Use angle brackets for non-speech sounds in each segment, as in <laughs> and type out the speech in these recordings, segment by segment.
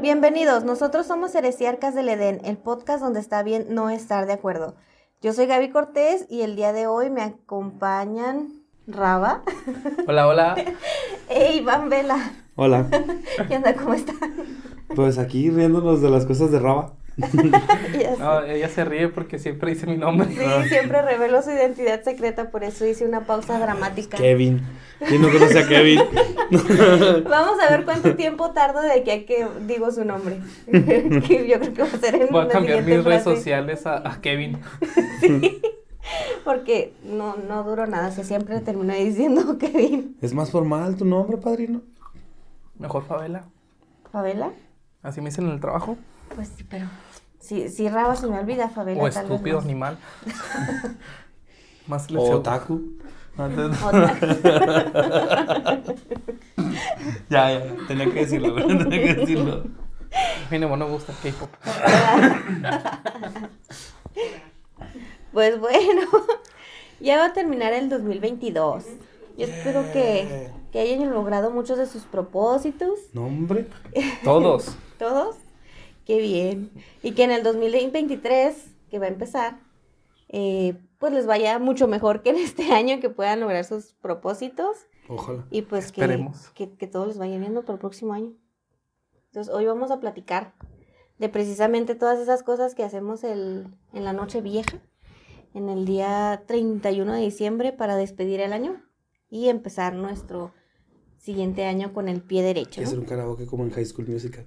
Bienvenidos, nosotros somos Heresiarcas del Edén, el podcast donde está bien no estar de acuerdo. Yo soy Gaby Cortés y el día de hoy me acompañan Raba <laughs> Hola, hola. e Iván Vela. <laughs> Hola, ¿Qué onda? ¿Cómo están? <laughs> pues aquí riéndonos de las cosas de Raba. Y así. No, ella se ríe porque siempre dice mi nombre. Sí, siempre revelo su identidad secreta, por eso hice una Ah, pausa dramática. Kevin. ¿Quién no conoce a Kevin? Vamos a ver cuánto tiempo tardo de que, a que digo su nombre. <laughs> Que Yo creo que va a ser en <laughs> Voy a la cambiar siguiente mis redes frase. sociales a, a Kevin. Porque no, no duró nada, se siempre terminó diciendo <laughs> Kevin. Es más formal tu nombre, padrino. Mejor Favela. ¿Favela? Así me dicen en el trabajo. Pues sí, pero. Si, si Raba se me olvida, Favela. o tal vez estúpido no. animal. Más le O seguro. Otaku. <laughs> <laughs> Antes- Otra. <laughs> Ya, ya, tenía que decirlo, tenía que decirlo. Mira, bueno, me gusta el K-pop. Pues bueno, <laughs> ya va a terminar el 2022. Yo espero que, que hayan logrado muchos de sus propósitos, ¿Nombre? Todos. todos. Qué bien. Y que en el 2023, que va a empezar, eh, pues les vaya mucho mejor que en este año, que puedan lograr sus propósitos. Ojalá. Y pues que, Esperemos. que, que todo les vaya viendo para el próximo año. Entonces, hoy vamos a platicar de precisamente todas esas cosas que hacemos el, en la noche vieja, en el día 31 de diciembre, para despedir el año y empezar nuestro siguiente año con el pie derecho. Quiero ¿no? hacer un karaoke como en High School Musical.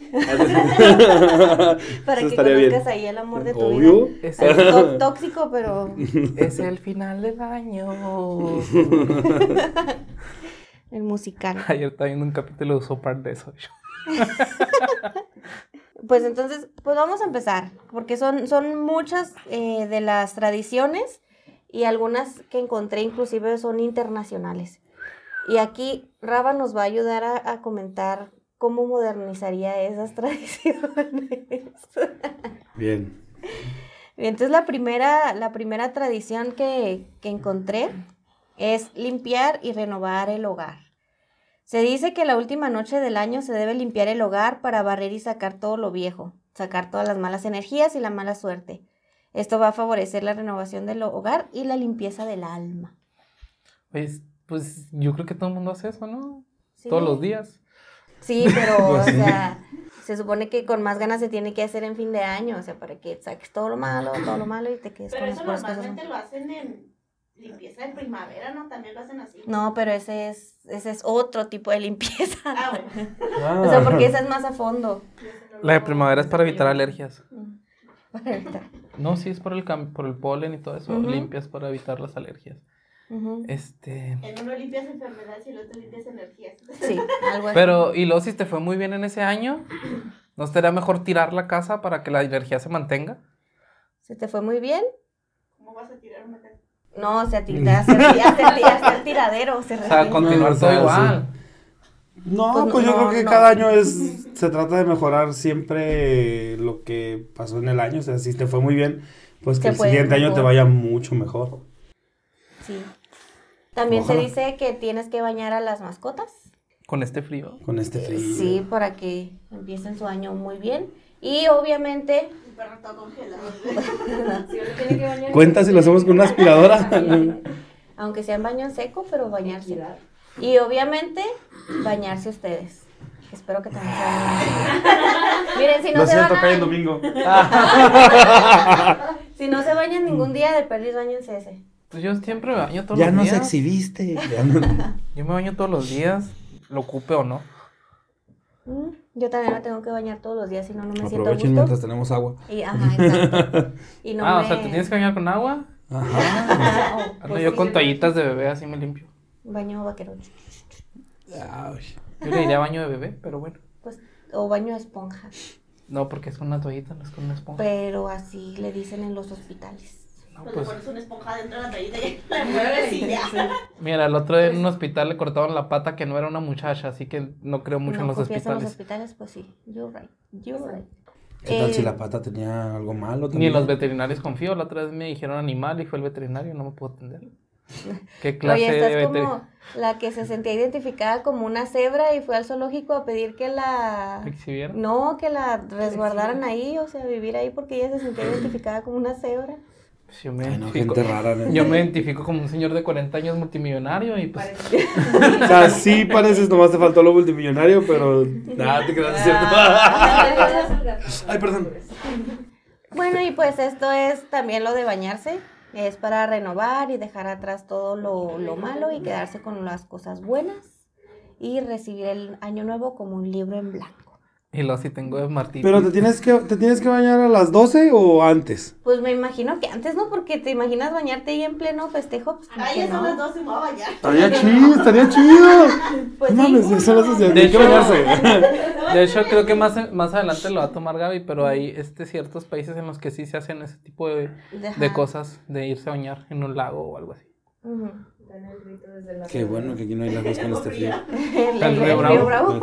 <laughs> Para Eso que estaría bien. conozcas ahí el amor de tu Obvio. vida. Es <laughs> Así, el, <laughs> tó- tóxico, pero es el final del <laughs> año. el musical. Ayer estaba viendo un capítulo de Sopar de eso. <laughs> Pues entonces, pues vamos a empezar, porque son, son muchas eh, de las tradiciones y algunas que encontré inclusive son internacionales. Y aquí Raba nos va a ayudar a, a comentar cómo modernizaría esas <laughs> tradiciones. Bien. Entonces la primera, la primera tradición que, que encontré es limpiar y renovar el hogar. Se dice que la última noche del año se debe limpiar el hogar para barrer y sacar todo lo viejo, sacar todas las malas energías y la mala suerte. Esto va a favorecer la renovación del hogar y la limpieza del alma. Pues, pues yo creo que todo el mundo hace eso, ¿no? ¿Sí? Todos los días. Sí, pero o Pues sí. sea, se supone que con más ganas se tiene que hacer en fin de año, o sea, para que saques todo lo malo, todo lo malo y te quedes Pero con eso las puras cosas. normalmente lo hacen en limpieza de primavera, ¿no? También lo hacen así. No, pero ese es, ese es otro tipo de <laughs> limpieza. Ah, bueno. Ah. O sea, porque esa es más a <laughs> fondo. La de primavera es para evitar alergias. Para evitar. No, sí, es por el, cam- por el polen y todo eso. Ujú. Limpias para evitar las alergias. Ujú. Este. En uno limpias enfermedades y el otro limpias energías. Sí, algo así. Pero, y luego si te fue muy bien en ese año, ¿no estaría mejor tirar la casa para que la energía se mantenga? ¿Se te fue muy bien? ¿Cómo vas a tirar una casa? No, o sea, <laughs> ti- te hace, te hace- te hace el tiradero. Se O sea, refiere. continuar o sea, todo igual. No, Pues pues, no, yo creo que no. cada año es se trata de mejorar siempre lo que pasó en el año. O sea, si te fue muy bien, pues Te que el puede ir siguiente año te mejor. vaya mucho mejor. Sí. También Ojalá. se dice que tienes que bañar a las mascotas. Con este frío. Con este frío. Sí, para que empiecen su año muy bien. Y obviamente, <laughs> El perro está congelado. Cuenta si lo hacemos con <laughs> una aspiradora. aunque sea en baño en seco, pero bañarse. Y obviamente, bañarse ustedes. Espero que también se bañen. Miren, si no lo se siento, van a cae el bañar- domingo. Si no se Mm. bañan ningún día de perdiz, bañense ese. Pues yo siempre me baño todos ya los nos días. <laughs> exhibiste. Ya no- Yo me baño todos los días, lo ocupe o no. Mm, Yo también me tengo que bañar todos los días, si no, no me siento a gusto. Aprovechen mientras tenemos agua. Y, ajá, exacto. Y no <laughs> ah, me- o sea, te tienes que bañar con agua. Ajá. <laughs> Ah, o- Ando pues yo sí, con toallitas de bebé, así me limpio. Baño vaquero. Ay. Yo le diría baño de bebé, pero bueno. Pues, o baño de esponja. No, porque es con una toallita, no es con una esponja. Pero así le dicen en los hospitales. No, Pues le pues, pones una esponja dentro de la toallita y <laughs> la mueves y ya. <laughs> mira, el otro día en un hospital le cortaron la pata que no era una muchacha, así que no creo mucho no en los confías en los hospitales. hospitales, pues sí. You're right. You're right. ¿Qué tal Eh, si la pata tenía algo malo? Ni en también? <laughs> los veterinarios confío. La otra vez me dijeron animal y fue el veterinario, no me puedo atender. ¿Qué clase Oye, estás de veter- como la que se sentía identificada como una cebra y fue al zoológico a pedir que la... exhibieron? No, que la resguardaran ahí, o sea, vivir ahí porque ella se <laughs> sentía identificada como una cebra. Pues yo me <laughs> Ay, no, identifico- gente rara, neta. Yo me identifico como un señor de 40 años multimillonario y pues Parece- O sea, sí pareces, nomás te faltó lo <laughs> multimillonario, pero nada, te creas, es cierto. Ah. <laughs> Ay, perdón. Bueno, y pues esto es también lo de bañarse. Es para renovar y dejar atrás todo lo, lo malo y quedarse con las cosas buenas y recibir el año nuevo como un libro en blanco. y lo si tengo de Martín. Pero te tienes que te tienes que bañar a las 12 o antes. Pues me imagino que antes, ¿no? Porque te imaginas bañarte ahí en pleno festejo. Pues, como Ay, que ya Ah, son no. las 12 y me voy a bañar. Estaría chido, estaría chido. <laughs> Pues no sí. mames, eso lo haces De de que hecho- bañarse. De hecho, creo que más, más adelante lo va a tomar Gaby, pero hay este, ciertos países en los que sí se hacen ese tipo de, Ajá. de cosas, de irse a bañar en un lago o algo así. <laughs> Ujú. Qué bueno que aquí no hay lagos con este <laughs> frío. El, El el- Río el Bravo. Río Bravo.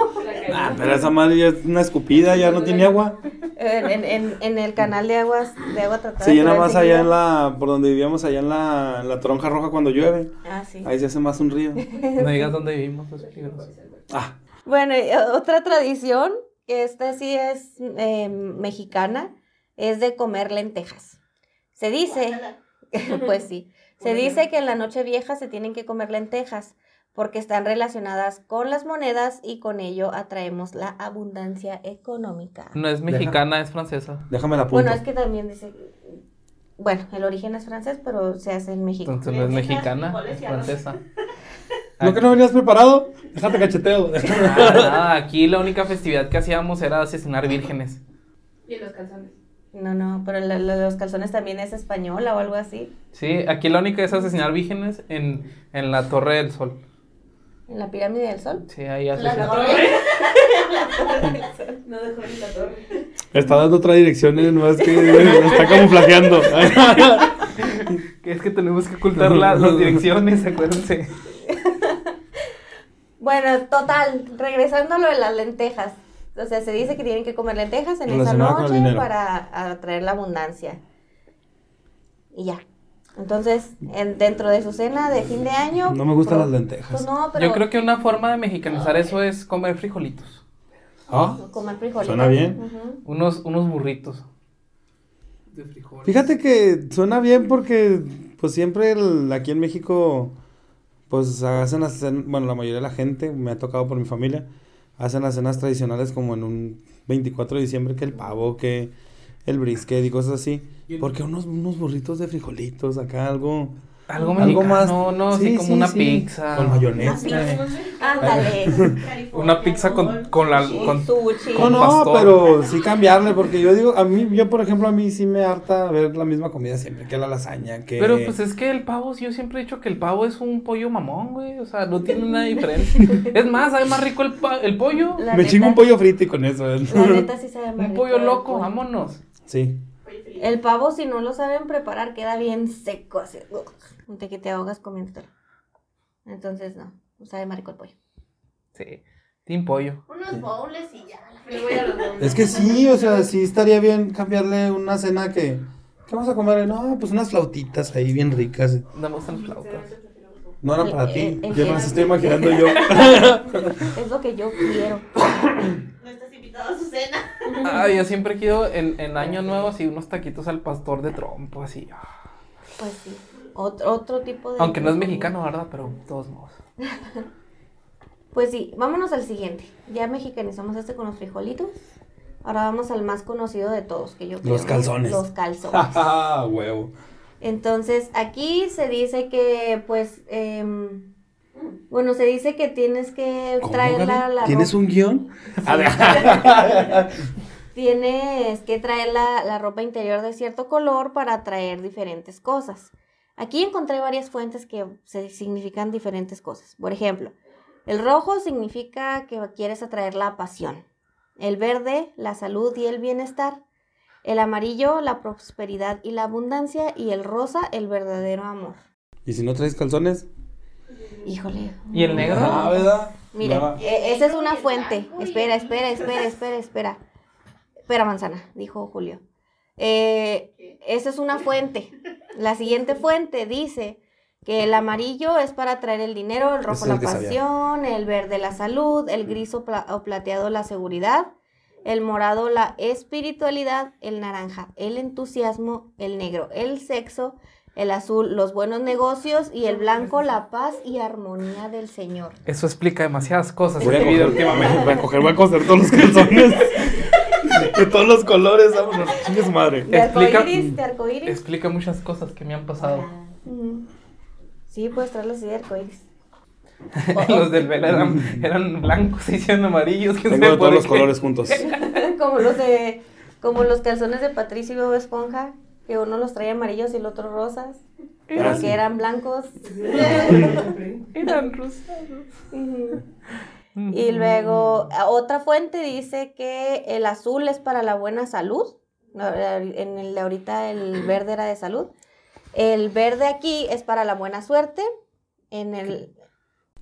Ah, pero esa madre ya es una escupida, ya no tiene agua. En, en- en- en el canal de aguas de agua tratada. Se llena que va más allá enseguida. en la por donde vivíamos allá en la, en la Tronja Roja cuando llueve. Ah, sí. Ahí se hace más <laughs> un río. No digas dónde vivimos, es peligroso. Ah, Bueno, y eh, otra tradición, que esta sí es eh, mexicana, es de comer lentejas. Se dice, Guácala. <laughs> pues sí, se dice que en la noche vieja se tienen que comer lentejas porque están relacionadas con las monedas y con ello atraemos la abundancia económica. No es mexicana, es francesa. déjame la Bueno, es punta. que también dice, bueno, el origen es francés, pero se hace en México. Entonces no es mexicana, es francesa. ¿No que no venías preparado? Déjate <laughs> cacheteo. Nada, nada, Ah, aquí la única festividad que hacíamos era asesinar vírgenes. Y los calzones. No, no, pero lo- lo de los calzones también es española o algo así, Sí, aquí la única es asesinar vírgenes en, en la Torre del Sol. en la pirámide del sol. Sí, ahí La asesinar. torre. <laughs> No dejó ni la <laughs> torre. Está dando otra dirección, ¿eh? no es que <laughs> lo está <laughs> camuflajeando. <laughs> Es que tenemos que ocultar la- <laughs> las direcciones, acuérdense. Bueno, total, regresando a lo de las lentejas. O sea, se dice que tienen que comer lentejas en esa Relacionado con el noche dinero. para atraer la abundancia. Y ya. Entonces, en- dentro de su cena de fin de año. No me gustan pro- las lentejas. Pues no, pero. Yo creo que una forma de mexicanizar eso es comer frijolitos. Ah, Comer frijolitos. Suena bien. Ujú. Unos, unos burritos. De frijoles. Fíjate que suena bien porque pues siempre el- aquí en México pues hacen las cen- bueno, la mayoría de la gente, me ha tocado por mi familia, hacen las cenas tradicionales como en un 24 de diciembre que el pavo, que el brisket y cosas así. Porque unos, unos burritos de frijolitos acá, algo, Algo algo mexicano, más. No, no, sí, sí, como sí, una sí, pizza. Con mayonesa. <laughs> Ándale. Una pizza con, con la... con- Sushi. No, Con no, pastor. pero sí cambiarle, porque yo digo, a mí, yo por ejemplo, a mí sí me harta ver la misma comida siempre, que la lasaña, que... Pero pues es que el pavo, yo siempre he dicho que el pavo es un pollo mamón, güey. O sea, no tiene nada diferente. es más, sabe más rico el, pa- el pollo. La me neta- chingo un pollo frito y con eso. ¿eh? La neta sí sabe más Un rico pollo el loco, pollo. vámonos. Sí. El pavo, si no lo saben preparar, queda bien seco, así. No te que te ahogas comiéndotelo. Entonces, no. Sabe marico el pollo. Sí, team pollo. Unos bowls y ya. la Me voy a los nombres. Es que sí, o sea, sí estaría bien cambiarle una cena que... ¿Qué vamos a comer? No, pues unas flautitas ahí bien ricas. Damos a las flautas. No eran para Eh, ti. eh, Yo me las estoy <laughs> imaginando yo. <laughs> Es lo que yo quiero. No estás invitado a su cena. Ah, yo siempre quiero en, en Año Nuevo así unos taquitos al pastor de trompo, así. ah. Pues sí. Otro, otro tipo de. Aunque no es mexicano, ¿verdad? Pero de todos modos. Pues sí, vámonos al siguiente. Ya mexicanizamos este con los frijolitos. Ahora vamos al más conocido de todos, que yo creo. Los ¿no? calzones. Los calzones. Ah, huevo. Entonces, aquí se dice que, pues, em, bueno, se dice que tienes que ¿Cómo, traer la, Gaby? la ¿Tienes ropa- un guión? A ver. Tienes que traer la, la ropa interior de cierto color para atraer diferentes cosas. Aquí encontré varias fuentes que se- significan diferentes cosas. Por ejemplo, el rojo significa que quieres atraer la pasión. El verde, la salud y el bienestar. El amarillo, la prosperidad y la abundancia. Y el rosa, el verdadero amor. <laughs> ¿Y si no traes calzones? Híjole. ¿Y el negro? Ah, ¿verdad? Mira, No. e- esa es una Uy, fuente. uy. Espera, espera, espera, espera, espera. Espera, manzana, dijo Julio. Eh, esa es una fuente. La siguiente fuente dice Que el amarillo es para traer el dinero, el rojo es el la que sabía. Mm. pasión, el verde la salud, el gris o, pla- o plateado la seguridad, el morado la espiritualidad, el naranja el entusiasmo, el negro el sexo, el azul los buenos negocios y el blanco la paz y armonía del Señor. Eso explica demasiadas cosas en Voy a, mi vida coger, últimamente. voy a coger, voy a coser todos <laughs> los calzones. de todos los colores, vámonos. Chingue su madre. De Explica- arcoíris, de arcoíris. Explica muchas cosas que me han pasado. Ujú. Sí, puedes traerlo así de arcoíris. <laughs> <laughs> Los del Vela eran, eran blancos y hicieron amarillos. quién Tengo sabe de por todos los qué. colores juntos. como los de como los calzones de Patricio y Bob Esponja que uno los traía amarillos y el otro rosas pero Ah, sí. que eran blancos Eran rosados. Ujú. <laughs> y luego a- otra fuente dice que el azul es para la buena salud No, en el de ahorita el verde era de salud el verde aquí es para la buena suerte en el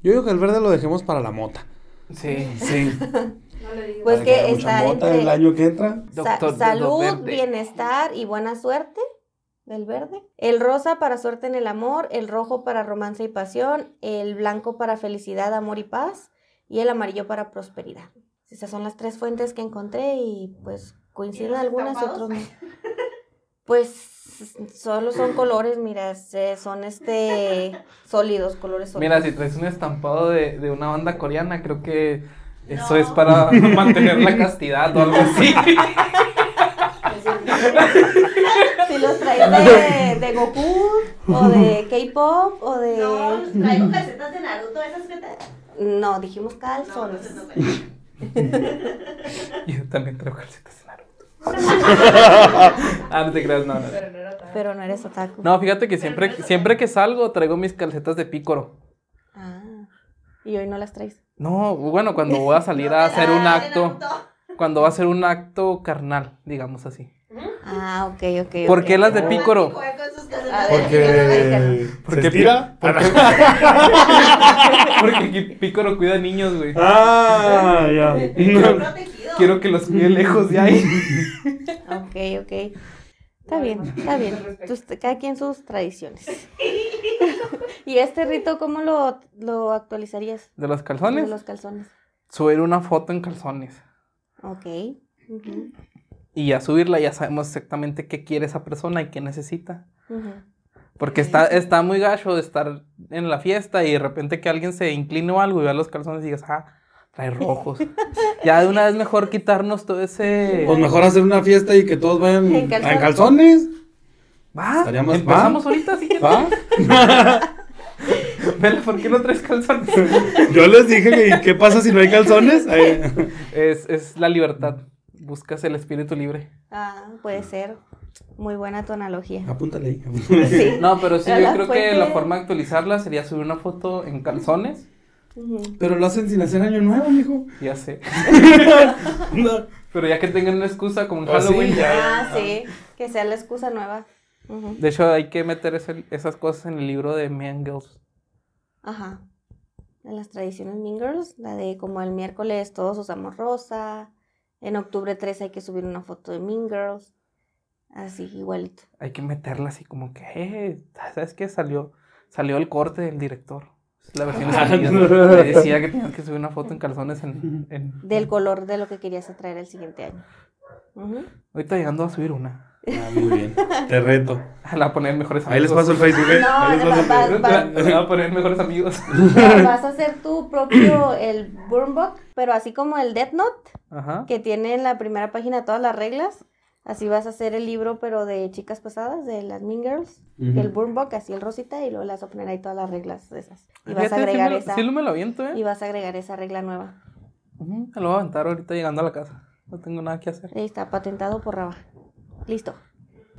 Yo digo que el verde lo dejemos para la mota. Sí. Sí. No <laughs> le digo. Pues Para que haya mucha está mota entre- el año que entra. Sa- Doctor Dedo salud, Verde. bienestar y buena suerte. El verde. El rosa para suerte en el amor. El rojo para romance y pasión. El blanco para felicidad, amor y paz. Y el amarillo para prosperidad. Esas son las tres fuentes que encontré y pues ¿Y coinciden los algunas y estampados? otros no. Pues solo son colores, mira, se- son <laughs> este sólidos, colores sólidos. Mira, si traes un estampado de, de una banda coreana, creo que eso No. es para mantener la castidad o algo así. <laughs> Si los traes de, de Goku o <laughs> de K-pop o de... No, traigo calcetas de Naruto, esas que te. No, dijimos No, no calzones. sé, no cuentan. Yo también traigo calcetas de Naruto. ah, no te creas, no, no. Pero no era tan. Pero no eres otaku. No, fíjate que siempre, siempre que salgo traigo mis calcetas de pícoro. Ah, y hoy no las traes. No, bueno, cuando voy a salir a hacer un Ah, de acto, Naruto. cuando va a hacer un acto carnal, digamos así. Ah, ok, ok. ¿Por ok. qué las de Ah, pícoro? Juega con sus Ah, calcetas de- Porque. Porque ¿Se estira? Porque aquí Pícoro cuida niños, güey. Ah, ya. <laughs> Está protegido. Quiero que los cuide lejos de ahí. Ok, ok. Está bien, está bien. Tus- cada quien sus tradiciones. <laughs> ¿Y este rito cómo lo, lo actualizarías? ¿De los De calzones? los calzones. Subir una foto en calzones. Ok. ujú, Y ya subirla, ya sabemos exactamente qué quiere esa persona y qué necesita. ujú. Porque está, está muy gacho de estar en la fiesta y de repente que alguien se incline o algo y vea los calzones y digas, ah, trae rojos. ya de una vez mejor quitarnos todo ese... Pues mejor hacer una fiesta y que todos vayan En en calzones. calzones. Va, estaría más- empezamos ahorita, sí. ¿Va? <laughs> Vela, ¿por qué no traes calzones? Yo les dije que ¿qué pasa si no hay <laughs> calzones? Ay, es, es la libertad. Buscas el espíritu libre. Ah, puede ser. Muy buena tu analogía. apúntale ahí. Sí. No, pero sí, Pero yo la creo que fuente- la forma de actualizarla sería subir una foto en calzones. Ujú. Pero lo hacen sin hacer año nuevo, mijo. Ya sé. No. Pero ya que tengan una excusa como en Pues sí, Halloween. ya. Ah, sí. Que sea la excusa nueva. Ujú. De hecho, hay que meter ese- esas cosas en el libro de Man Girls. Ajá. En las tradiciones Mean Girls, la de como el miércoles todos usamos rosa, en octubre 3 hay que subir una foto de Mean Girls, así igualito. Hay que meterla así como que, eh, ¿sabes qué? Salió, salió el corte del director. Es La <laughs> versión extendida. Le decía que tenías que subir una foto en calzones en... en- Del color de lo que querías atraer el siguiente año. Ujú. Ahorita llegando a subir una. <laughs> Ah, muy bien. Te reto. La voy a poner en mejores amigos. Ahí les paso el Facebook. ¿eh? No, Ahí les no, paso el papá. vas- <laughs> Facebook. La- la voy a poner en mejores amigos. Vas a hacer tu propio, el Burnbook, pero así como el Death Note, Ajá. que tiene en la primera página todas las reglas, así vas a hacer el libro, pero de chicas pesadas, de las Mean Girls. Ujú. El Burnbook, así el rosita, y luego le vas a poner ahí todas las reglas de esas. Y vas Fíjate, a agregar sí me, lo- esa. Sí, lo me lo aviento, ¿eh? Y vas a agregar esa regla nueva. Ujú, Me lo voy a aventar ahorita llegando a la casa. No tengo nada que hacer. Ahí está, patentado por Raba. Listo.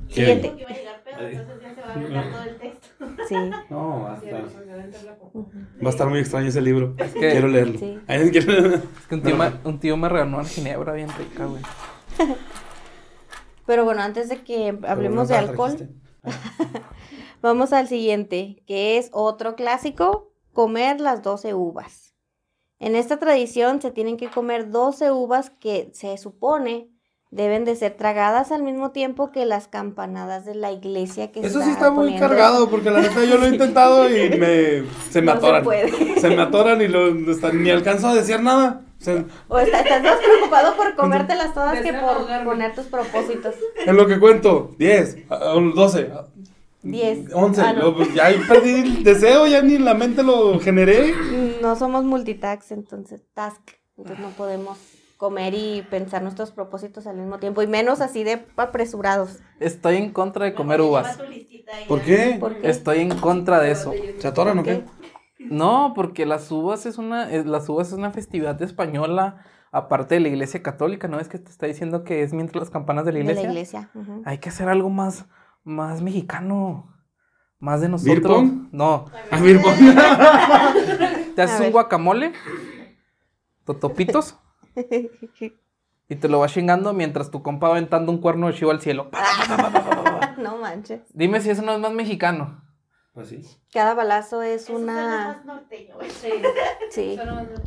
Qué Siguiente. Porque iba a llegar pedo, entonces ya se va a arreglar todo el texto. Sí. <laughs> No, va a Sí, era estar. cosa de adentro la copa. Va a estar muy extraño ese libro. que- Quiero leerlo. Sí. Ay, quiero- Es que un tío, me, un tío me regaló una ginebra bien rica, güey. Pero bueno, antes de que hablemos de Pero no alcohol, trajiste. vamos al siguiente, que es otro clásico, comer las 12 uvas. En esta tradición se tienen que comer 12 uvas que se supone deben de ser tragadas al mismo tiempo que las campanadas de la iglesia que Eso está sí está muy poniendo- cargado, porque la neta yo lo he intentado y me, se me No se atoran. puede. me atoran y lo, lo están- ni alcanzo a decir nada. O sea, O está- estás más preocupado por Pues, comértelas todas que Deseo por ahogarme. poner tus propósitos. en lo que cuento, 10, ah, 12, ah, Diez. 11. Ah, no. lo- pues, ya ahí perdí el deseo, ya ni en la mente lo generé. No somos multitask, entonces task. Entonces no podemos comer y pensar nuestros propósitos al mismo tiempo. Y menos así de apresurados. Estoy en contra de comer Mejor uvas. lleva tu listita ahí, ¿Por ya. qué? ¿Por qué? Estoy en contra de eso. ¿Se atoran o qué? No, porque las uvas es una, es- las uvas es una festividad española, aparte de la iglesia católica, ¿no? Es que te está diciendo que es mientras las campanas de la De la iglesia. iglesia. Ah, ujú. Hay que hacer algo más, más mexicano, más de ¿Beer nosotros. pong? No, A ver, pues, te haces A un ver. guacamole, <laughs> totopitos, y te lo vas chingando mientras tu compa va aventando un cuerno de chivo al cielo. Pa, pa, pa, pa, pa, pa, pa. <laughs> no manches. Dime si eso no es más mexicano. Pues sí. Cada balazo es Eso suena una. más norteño, güey. <laughs> Sí.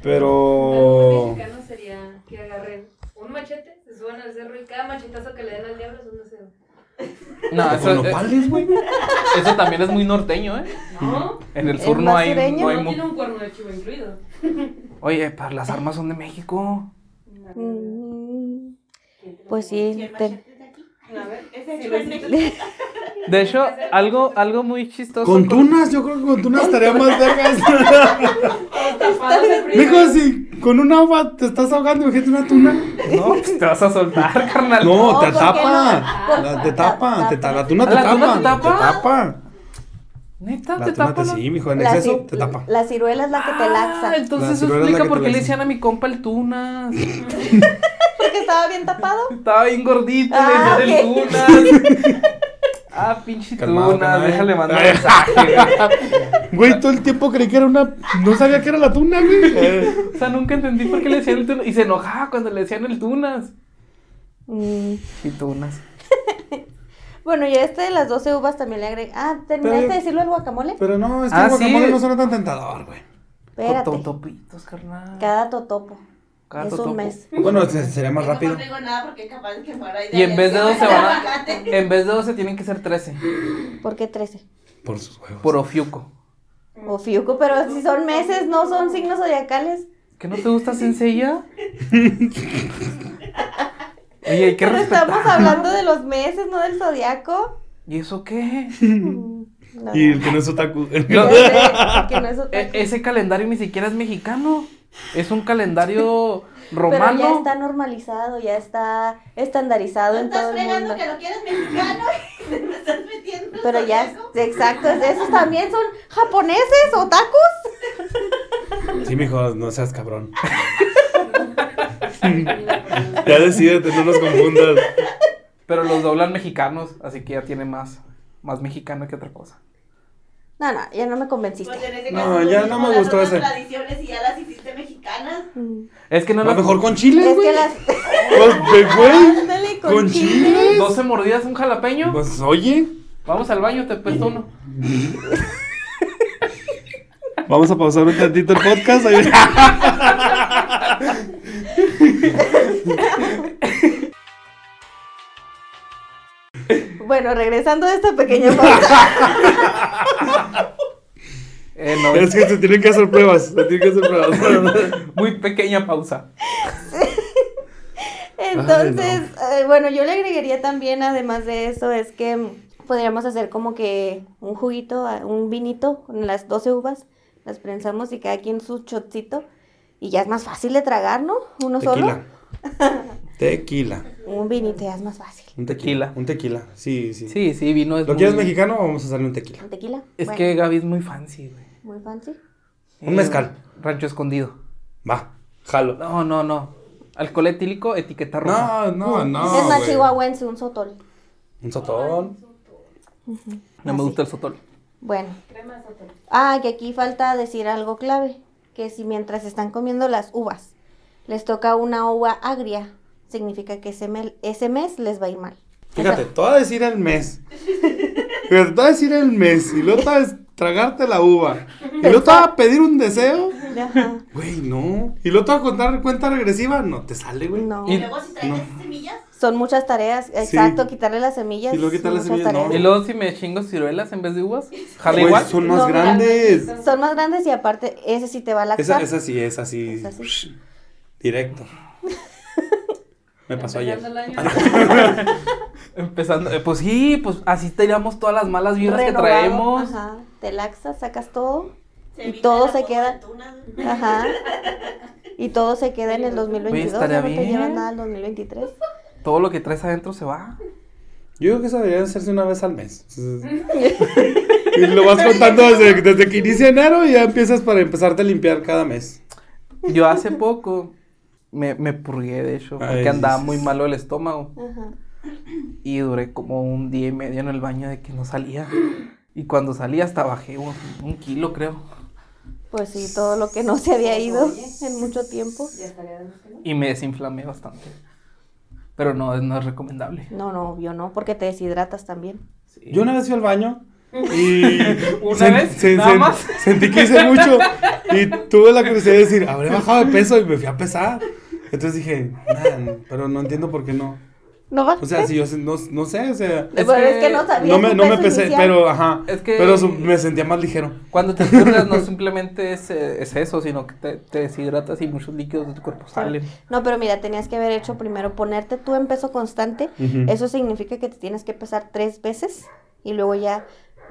Pero. mexicano sería que agarren un machete, se suban al cerro y cada machetazo que le den al diablo es un deseo. No, Con eso, eh, nopales, güey. eso también es muy norteño, ¿eh? No, En el ¿Es sur no más hay, sureño? no hay no mu- tiene un cuerno de chivo incluido. Oye, pero las armas son de México. Mm, Pues ¿Y sí. el te- machete de aquí? A ver, Es si hecho lo en hiciste- México. De hecho, algo, algo muy chistoso. Con por- tunas, yo creo que con tunas estaría más vergas. todos tapados de frío. Mijo, si con una uva te estás ahogando, imagínate una tuna. <laughs> No, pues te vas a soltar, <laughs> carnal. No, No, te ¿por qué tapa. no? La- te tapa. Te ta- la tuna te ¿La tuna tapa. te tapa? Te tapa. Neta, La te tuna tapa. te la- sí, mijo. En la exceso ci- te tapa. La ciruela es la que te Ah, laxa. entonces La eso ciruela es la explica que por te qué le laxa. decían a mi compa el <laughs> tunas. Porque estaba bien tapado. Estaba bien gordito, Ah, le decían ok. el tunas. <laughs> Ah, pinche Calmado, tunas, calmado. déjale <laughs> mandar mensaje. güey. Güey, todo el tiempo creí que era una. No sabía que era la tuna, güey. O sea, nunca entendí por qué le decían el tunas. Y se enojaba cuando le decían el tunas. Mm, Y tunas. Bueno, y a este de las 12 uvas también le agregué. Ah, ¿terminaste Pero- de decirlo al guacamole? Pero no, este Ah, guacamole sí. no suena tan tentador, güey. Con Espérate. totopitos, carnal. Cada totopo. Cada es totopo. un mes. Bueno, se- sería más Yo rápido. No digo nada porque capaz que fuera Y en vez de 12 van a... En vez de 12 tienen que ser 13. ¿Por qué 13? Por sus huevos. Por Ofiuco. O fiuco, pero si son meses, no son signos zodiacales. ¿Que no te <laughs> gusta sencilla? Oye, hay que Pero respetar. estamos hablando de los meses, no del zodiaco. ¿Y eso qué? Mm, no, Y no. el que no es otaku. Ya sé, porque no es otaku. E- ese calendario ni siquiera es mexicano. Es un calendario <laughs> Pero ya romano. está normalizado, ya está estandarizado en estás todo el fregando mundo. que lo quieres mexicano y <laughs> te me estás metiendo. Pero ya, ¿no? exacto, esos también son japoneses, otakus. <laughs> Sí, mijo, no seas cabrón. <laughs> Ya decídete, no nos confundas. Pero los doblan mexicanos, así que ya tiene más, más mexicano que otra cosa. No, no, ya no me Pues convenciste. en ese No, caso, ya tú no me mismo las gustó otras ese. tradiciones y ya las hiciste mexicanas. Mm. Es que no A la lo <laughs> mejor con Es chile, güey. que las... <laughs> Pues, de güey. Ándale, con Con chile. chile. 12 mordidas un jalapeño. Pues oye, Vamos al baño, te presto uno. vamos a pausar un tantito el podcast. Bueno, regresando a esta pequeña pausa. Eh, no, <laughs> Es que se tienen que hacer pruebas. Se tienen que hacer pruebas. muy pequeña pausa. Entonces, eh, bueno, yo le agregaría también, además de eso, es que mm, podríamos hacer como que un juguito, a- un vinito con las 12 uvas, las prensamos y cada quien su chotcito. Y ya es más fácil de tragar, ¿no? Uno Tequila. Tequila. solo. Un vinito ya es más fácil. Un Tequila. Un tequila. Sí, sí. Sí, sí, vino es ¿Lo quieres muy- mexicano o vamos a hacerle un tequila? ¿Un tequila? Es Bueno, que Gaby es muy fancy, güey. Eh, Muy fancy. Un mezcal. Rancho escondido. Va. Jalo. No, no, no. Alcohol etílico, etiqueta roja. No, no, no. es más güey. chihuahuense, un sotol. Un sotón. No, me gusta el sotol. Bueno, Crema de sotol. Ah, que aquí falta decir algo clave, que si mientras están comiendo las uvas les toca una uva agria, significa que ese, mel- ese mes les va a ir mal. Fíjate, te voy a decir el mes. Fíjate, te voy a decir el mes. Y luego te vas a tragarte la uva. Y luego te vas a pedir un deseo. Ajá, Güey, no. Y luego te vas a contar cuenta regresiva. No te sale, güey. no. Y luego si traes esas semillas, Son muchas tareas, exacto, quitarle las semillas. Y luego quitarle son las muchas semillas, no. Y tareas. luego si me chingo ciruelas en vez de uvas, jala Pues, igual. son más No, mira, grandes. Son más grandes y aparte, ese sí te va a Esa, laxar. esa sí, esa sí. Esa sí. <laughs> Directo. Me pasó ayer. Empezando el año. Empezando, eh, pues sí, pues así tiramos todas las malas vibras que Renovado, traemos. Ajá, te laxas, sacas todo. Se Y evita todo la se queda- fortuna. Ajá. Y todo se queda en el 2022. Oye, estaría ya no te bien. llevas nada al 2023. Todo lo que traes adentro se va. Yo creo que eso debería hacerse una vez al mes. <laughs> y <laughs> lo vas contando desde, desde que inicia enero y ya empiezas para empezarte a limpiar cada mes. Yo <laughs> hace poco me, me purgué, de hecho, porque Ay, andaba sí, muy sí. malo el estómago. Ajá. Y duré como un día y medio en el baño de que no salía. Y cuando salí hasta bajé un, un kilo, creo. Pues sí, todo lo que no se había ido Oye. en mucho tiempo. Ya estaría de más que no. Y me desinflamé bastante. Pero no, no es recomendable. No, no, obvio no, porque te deshidratas también. Sí. Yo una vez fui al baño y. <laughs> ¿Una vez? ¿Nada más? Sentí que hice mucho <laughs> y tuve la curiosidad de decir, habré bajado de peso y me fui a pesar. Entonces dije, "Nah, pero no entiendo por qué no. ¿No va? O sea, si yo se- no, no sé, o sea. Pues Es es que que no sabía. No me, tu no me peso pesé, inicial. pero ajá. Es que- Pero su- me sentía más ligero. Cuando te purgas no simplemente es, eh, es eso, sino que te, te deshidratas y muchos líquidos de tu cuerpo salen. No, pero mira, tenías que haber hecho primero ponerte tú en peso constante. Ujú. Eso significa que te tienes que pesar tres veces y luego ya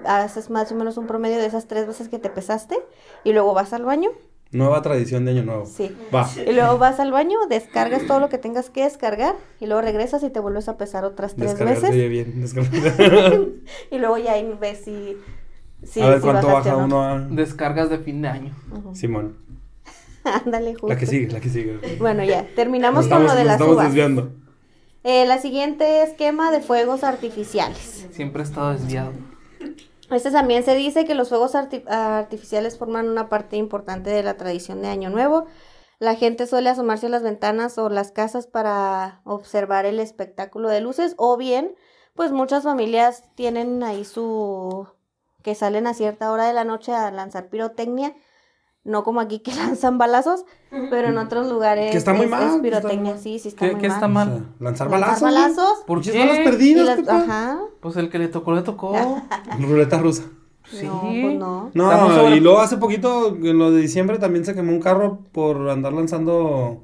haces más o menos un promedio de esas tres veces que te pesaste y luego vas al baño. Nueva tradición de Año Nuevo. Sí. Va. Y luego vas al baño, descargas todo lo que tengas que descargar y luego regresas y te vuelves a pesar otras tres Descargar se veces. oye bien. descargar. <laughs> Y luego ya ahí ves si, si, <laughs> a ver si cuánto bajaste baja o no. uno a. Descargas de fin de año. Ujú. <laughs> Simón. Ándale, justo. La que sigue, la que sigue. Bueno, ya, Nos terminamos con estamos, lo de nos las estamos uvas. desviando. Eh, la siguiente es quema de fuegos artificiales. Siempre he estado desviado. Este también se dice que los fuegos arti- artificiales forman una parte importante de la tradición de Año Nuevo. La gente suele asomarse a las ventanas o las casas para observar el espectáculo de luces o bien, pues muchas familias tienen ahí su... que salen a cierta hora de la noche a lanzar pirotecnia, no como aquí que <laughs> lanzan balazos, pero en otros lugares Que está muy es- mal, es está pirotecnia, mal. sí, sí está ¿Qué, muy qué mal. está O mal? sea, Lanzar lanzar balazos. balazos ¿Por Pinches qué? balas y perdidas, las- ¿qué tal? ajá. Pues el que le tocó, <laughs> le tocó. Ruleta rusa. Sí. No, pues no. No, Estamos sobre- y luego hace poquito, en lo de diciembre, también se quemó un carro por andar lanzando,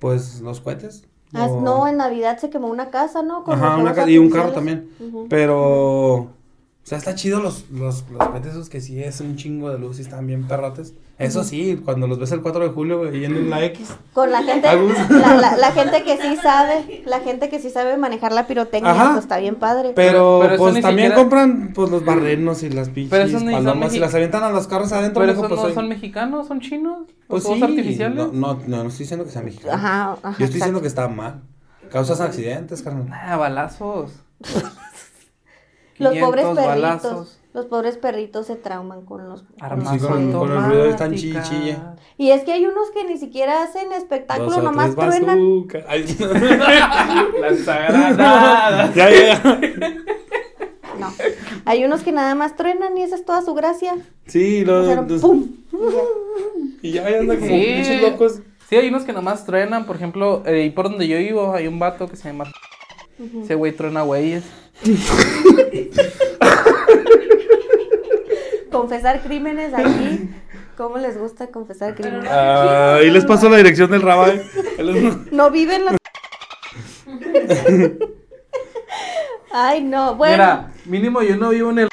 pues, los cohetes. Ah, O- no, en Navidad se quemó una casa, ¿no? Con Ajá, los una fuegos ca- y un carro artificiales. también. Ujú. Pero, o sea, está chido los, los, los cohetes esos que sí es un chingo de luz y están bien perrotes. Eso sí, cuando los ves el 4 de julio güey, yendo en la X. Con la gente, Agus. la, la- la gente que sí sabe, la gente que sí sabe manejar la pirotecnia, Ajá. pues está bien padre. Pero- Pero, pero eso pues ni también siquiera- compran pues los barrenos y las pinches Pero esos ni son palomas y mexi- las avientan a los carros adentro. Pero mijo, esos pues, no soy- son mexicanos, son chinos. Los pues, fuegos sí, artificiales. No, no, no, no estoy diciendo que sea mexicano. Ajá, ajá. Yo estoy diciendo exacto. que está mal. Causas accidentes, carnal. <laughs> Ah, balazos. los pobres 500 perritos, balazos. los pobres perritos se trauman con los con Armas los Sí, con- fuegos. con el ruido están chi- automáticas. chille. Y es que hay unos que ni siquiera hacen espectáculo, Dos o nomás tres truenan. bazookas. <laughs> Ay, Lanzagranadas. <laughs> ya, ya. No. Hay unos que nada más truenan y esa es toda su gracia. Sí, O lo, sea, los- ¡pum! Y ya ya anda como Sí. pinches locos. Sí, hay unos que nomás truenan, por ejemplo, eh, y por donde yo vivo hay un vato que se llama... Ese güey truena güeyes. Confesar crímenes aquí. ¿Cómo les gusta confesar Pero crímenes? no hace Ah, ahí chido, les ¿no? paso la dirección del rabay. No viven los... <laughs> Ay, no, bueno. Mira, mínimo yo no vivo en el...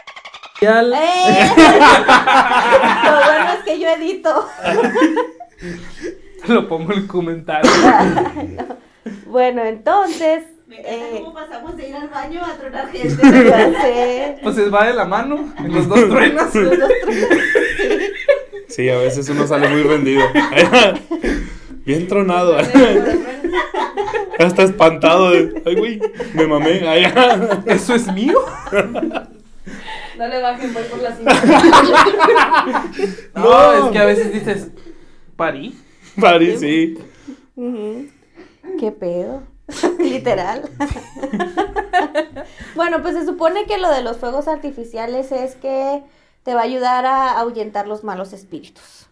¡Eh! Lo bueno es que yo edito. <laughs> Lo pongo en el comentario. <laughs> Bueno, entonces. Me encanta eh, cómo pasamos de ir al baño a tronar gente. <laughs> ya sé. Pues se va de la mano. Los dos <laughs> truenas. Los dos truenan. Sí, a veces uno sale muy rendido. <laughs> Bien <laughs> tronado. Hasta espantado. de, Ay, güey, me mamé. Ay, ah". ¿Eso es <laughs> mío? No le bajen, voy por <laughs> la cinta. No, No. es que a veces dices... ¿Parí? París, sí. Ujú. ¿Qué <laughs> pedo? Literal. bueno, pues se supone que lo de los fuegos artificiales es que te va a ayudar a ahuyentar los malos espíritus.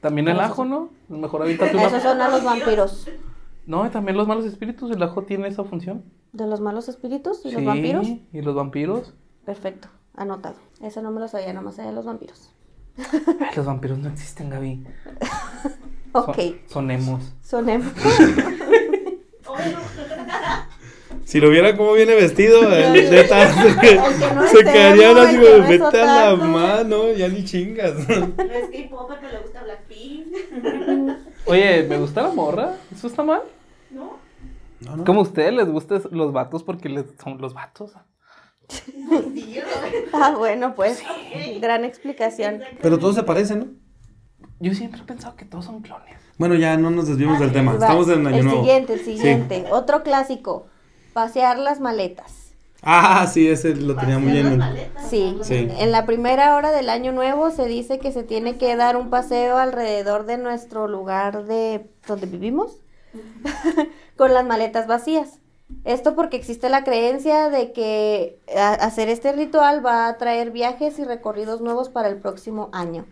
También el ajo, ¿no? Mejor ahorita tú Esos son a los vampiros. No, y también los malos espíritus, el ajo tiene esa función. ¿De los malos espíritus y los vampiros? Y los vampiros. Perfecto, anotado. Eso no me lo sabía, nomás sabía de los vampiros. Ay, los vampiros no existen, Gaby. Son- Ok, son emos. son em- emo. Si lo viera cómo viene vestido, No, eh, <laughs> neta, que no se, esté, quedaría no, así el que como, no es vete a la otaku". mano, ya ni chingas. No es que popa que le gusta Blackpink. <laughs> Oye, ¿me gusta la morra? ¿Eso está mal? ¿No? No, no. Como a ustedes les gustan los vatos porque les son los vatos. Dios. <laughs> Ah, bueno, pues, gran explicación. Pero todos se parecen, ¿no? Yo siempre he pensado que todos son clones. Bueno, ya no nos desviemos del tema. Ah, Va, Estamos en Año el Nuevo. siguiente, el Sí. siguiente. Otro clásico, pasear las maletas. Ah, sí, ese lo tenía muy Pasean bien. las maletas, Sí. las Sí. En la primera hora del año nuevo se dice que se tiene que dar un paseo alrededor de nuestro lugar de donde vivimos <laughs> con las maletas vacías. Esto porque existe la creencia de que a- hacer este ritual va a traer viajes y recorridos nuevos para el próximo año.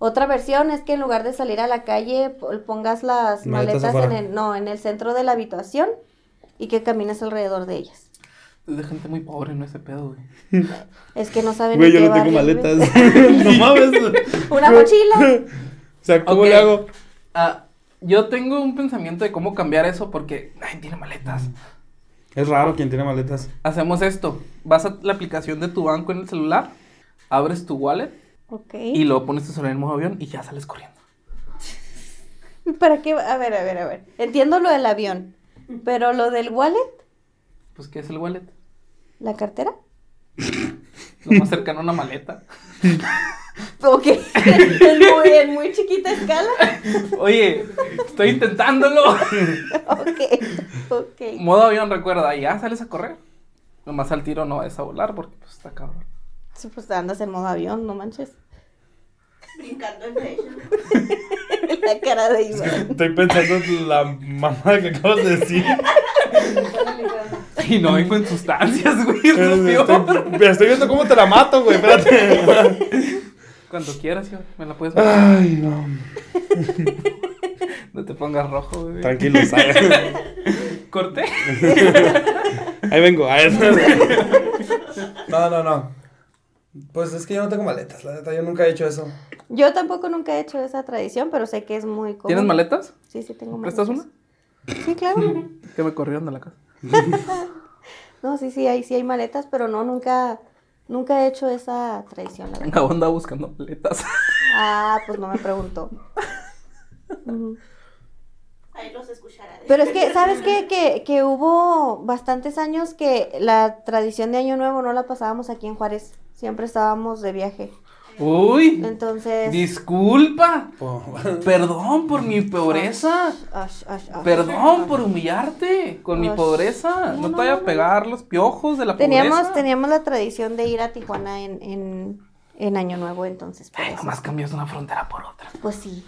Otra versión es que en lugar de salir a la calle po- pongas las maletas Maletas en afuera. el, no, en el centro de la habitación y que camines alrededor de ellas. Es de gente muy pobre, no ese pedo, güey. Es que no saben Güey, en yo qué no tengo barrio viven. <laughs> maletas. <laughs> no mames. Una mochila. <laughs> O sea, ¿cómo Ok. le hago? Ah, yo tengo un pensamiento de cómo cambiar eso porque, ay, tiene maletas. Es raro quien tiene maletas. Hacemos esto. Vas a la aplicación de tu banco en el celular, abres tu wallet Ok. y luego pones tu celular en modo avión y ya sales corriendo. ¿Para qué? va- A ver, a ver, a ver. Entiendo lo del avión, pero lo del wallet, Pues, ¿qué es el wallet? la cartera. Lo más cercano a una <laughs> maleta. Ok. <laughs> en, muy, en muy chiquita escala. <laughs> Oye, estoy intentándolo. <laughs> Ok. Ok. modo avión, recuerda, y ya sales a correr. Nomás al tiro no vas a volar porque pues, está cabrón. Sí, pues andas en modo avión, no manches. <laughs> Brincando en ellos. la cara de Iván. Estoy pensando en la mamá que acabas de <laughs> decir. <laughs> Y no vengo en sustancias, güey. es lo peor. estoy, estoy viendo cómo te la mato, güey. Espérate. Cuando quieras, yo, me la puedes ver. Ay, no. No te pongas rojo, güey. Tranquilo, ¿sabes? <laughs> Corté. Ahí vengo. ahí- <laughs> No, no, no. Pues es que yo no tengo maletas, la neta. Yo nunca he hecho eso. Yo tampoco nunca he hecho esa tradición, pero sé que es muy común. ¿Tienes maletas? Sí, sí, tengo maletas. ¿Prestas una? Sí, <laughs> claro. Que me corrieron de la casa. No, sí, sí, ahí sí hay maletas, pero no, nunca, nunca he hecho esa tradición, la verdad. Acabo andaba buscando <laughs> maletas. Ah, pues no me preguntó. Ujú. Ahí los escuchará. Pero es que, ¿sabes qué? Que, que hubo bastantes años que la tradición de Año Nuevo no la pasábamos aquí en Juárez. Siempre estábamos de viaje. Uy, Entonces. disculpa. Perdón por mi pobreza. ash, ash, ash. Perdón por humillarte con mi Ay. pobreza. No te vaya a pegar los piojos de la Teníamos, pobreza. teníamos la tradición de ir a Tijuana en, en, en Año Nuevo, entonces. por Ay, eso. nomás cambias una frontera por otra. Pues sí.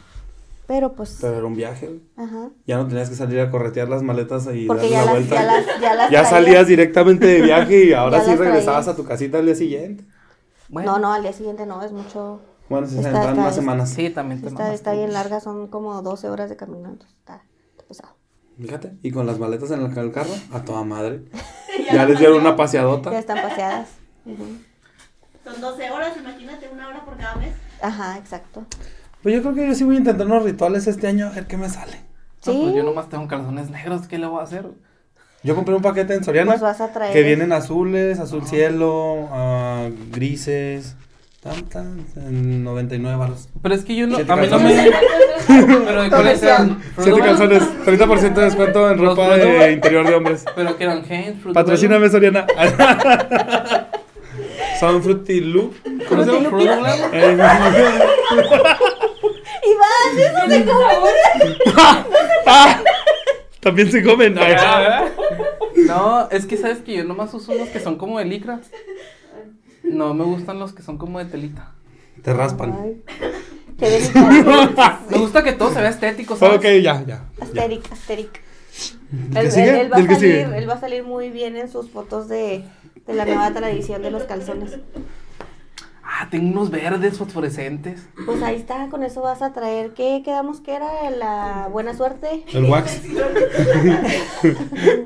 Pero pues. Pero era un viaje, güey. Ajá. Ya no tenías que salir a corretear las maletas y Porque darle ya la las, vuelta. ya las. Ya las Ya traías. salías directamente de viaje y ahora Ya sí las regresabas traías. a tu casita al día siguiente. Bueno, No, no, al día siguiente no, es mucho. Bueno, sí, se Está- sentaban está- más semanas. Sí, también te Está, mamaste. está bien larga, son como 12 horas de camino, entonces está, está pesado. Fíjate. Y con las maletas en el, el carro, a toda madre. ya les dieron <laughs> una Ya paseadota. están paseadas. Ujú. Son 12 horas, imagínate, una hora por cada mes. Ajá, exacto. Pues yo creo que yo sí voy a intentar unos rituales este año a ver qué me sale. No, Sí. pues yo nomás tengo calzones negros. ¿Qué le voy a hacer? Yo compré un paquete en Soriana Pues vas a traer que eso. <laughs> vienen azules, azul cielo, ah, grises, tan, tan, en 99 baros. Pero es que yo no. Siete A mí no me. calzones. <laughs> Pero de cuáles eran. Siete Fruit Loops? calzones, 30% de descuento en Los ropa de Fruit- interior de hombres. Pero que eran Heinz, Fruit Patrocíname Soriana. Son Fruity Loop. Loops. ¿Cómo se llama? Fruit Loops. Eh, Iván, eso se come. <laughs> También se comen. <laughs> Ay, No, es que sabes que yo nomás uso unos que son como de licra. No me gustan los que son como de telita. Te raspan. Ay, Qué <laughs> delicado. Me gusta que todo se vea estético, ¿sabes? Ok, ya, ya. ya. Asteric, asteric. ¿El que Él, sigue? él va a ¿El que salir, sigue? él va a salir muy bien en sus fotos de, de la nueva tradición de los calzones. Ah, tengo unos verdes fosforescentes. Pues ahí está, con eso vas a traer. ¿Qué quedamos que era? La buena suerte. El wax.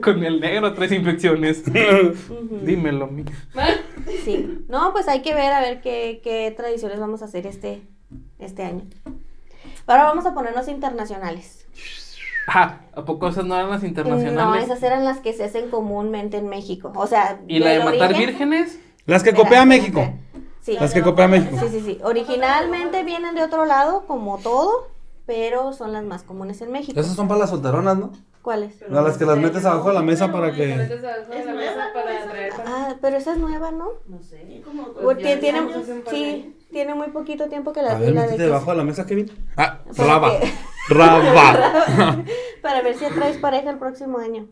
Con el negro tres infecciones. Ujú. <laughs> Dímelo, mi. Sí. No, pues hay que ver a ver qué, qué tradiciones vamos a hacer este, este año. Ahora vamos a ponernos internacionales. Ah, ¿a poco esas no eran las Mm, No, internacionales? esas eran las que se hacen comúnmente en México. O sea, ¿Y la de del matar origen- vírgenes? <laughs> Las que Espera, copia a espera, México. espera. Sí. Las que copia a México. Sí, sí, sí. Originalmente vienen de otro lado, como todo, pero son las más comunes en México. Esas son para las solteronas, ¿no? ¿Cuáles? A las que las metes abajo de la mesa para Te que. metes abajo de Es la nueva, mesa ¿no? para Es traer para- Ah, pero esa es nueva, ¿no? No sé. Y como dos Porque años. tiene, hace un par de Pues años. sí, tiene muy poquito tiempo que la A ver, la métete que- debajo de la mesa, Kevin. Ah, Para <laughs> raba. que- Raba. Para ver si atraes pareja el próximo año.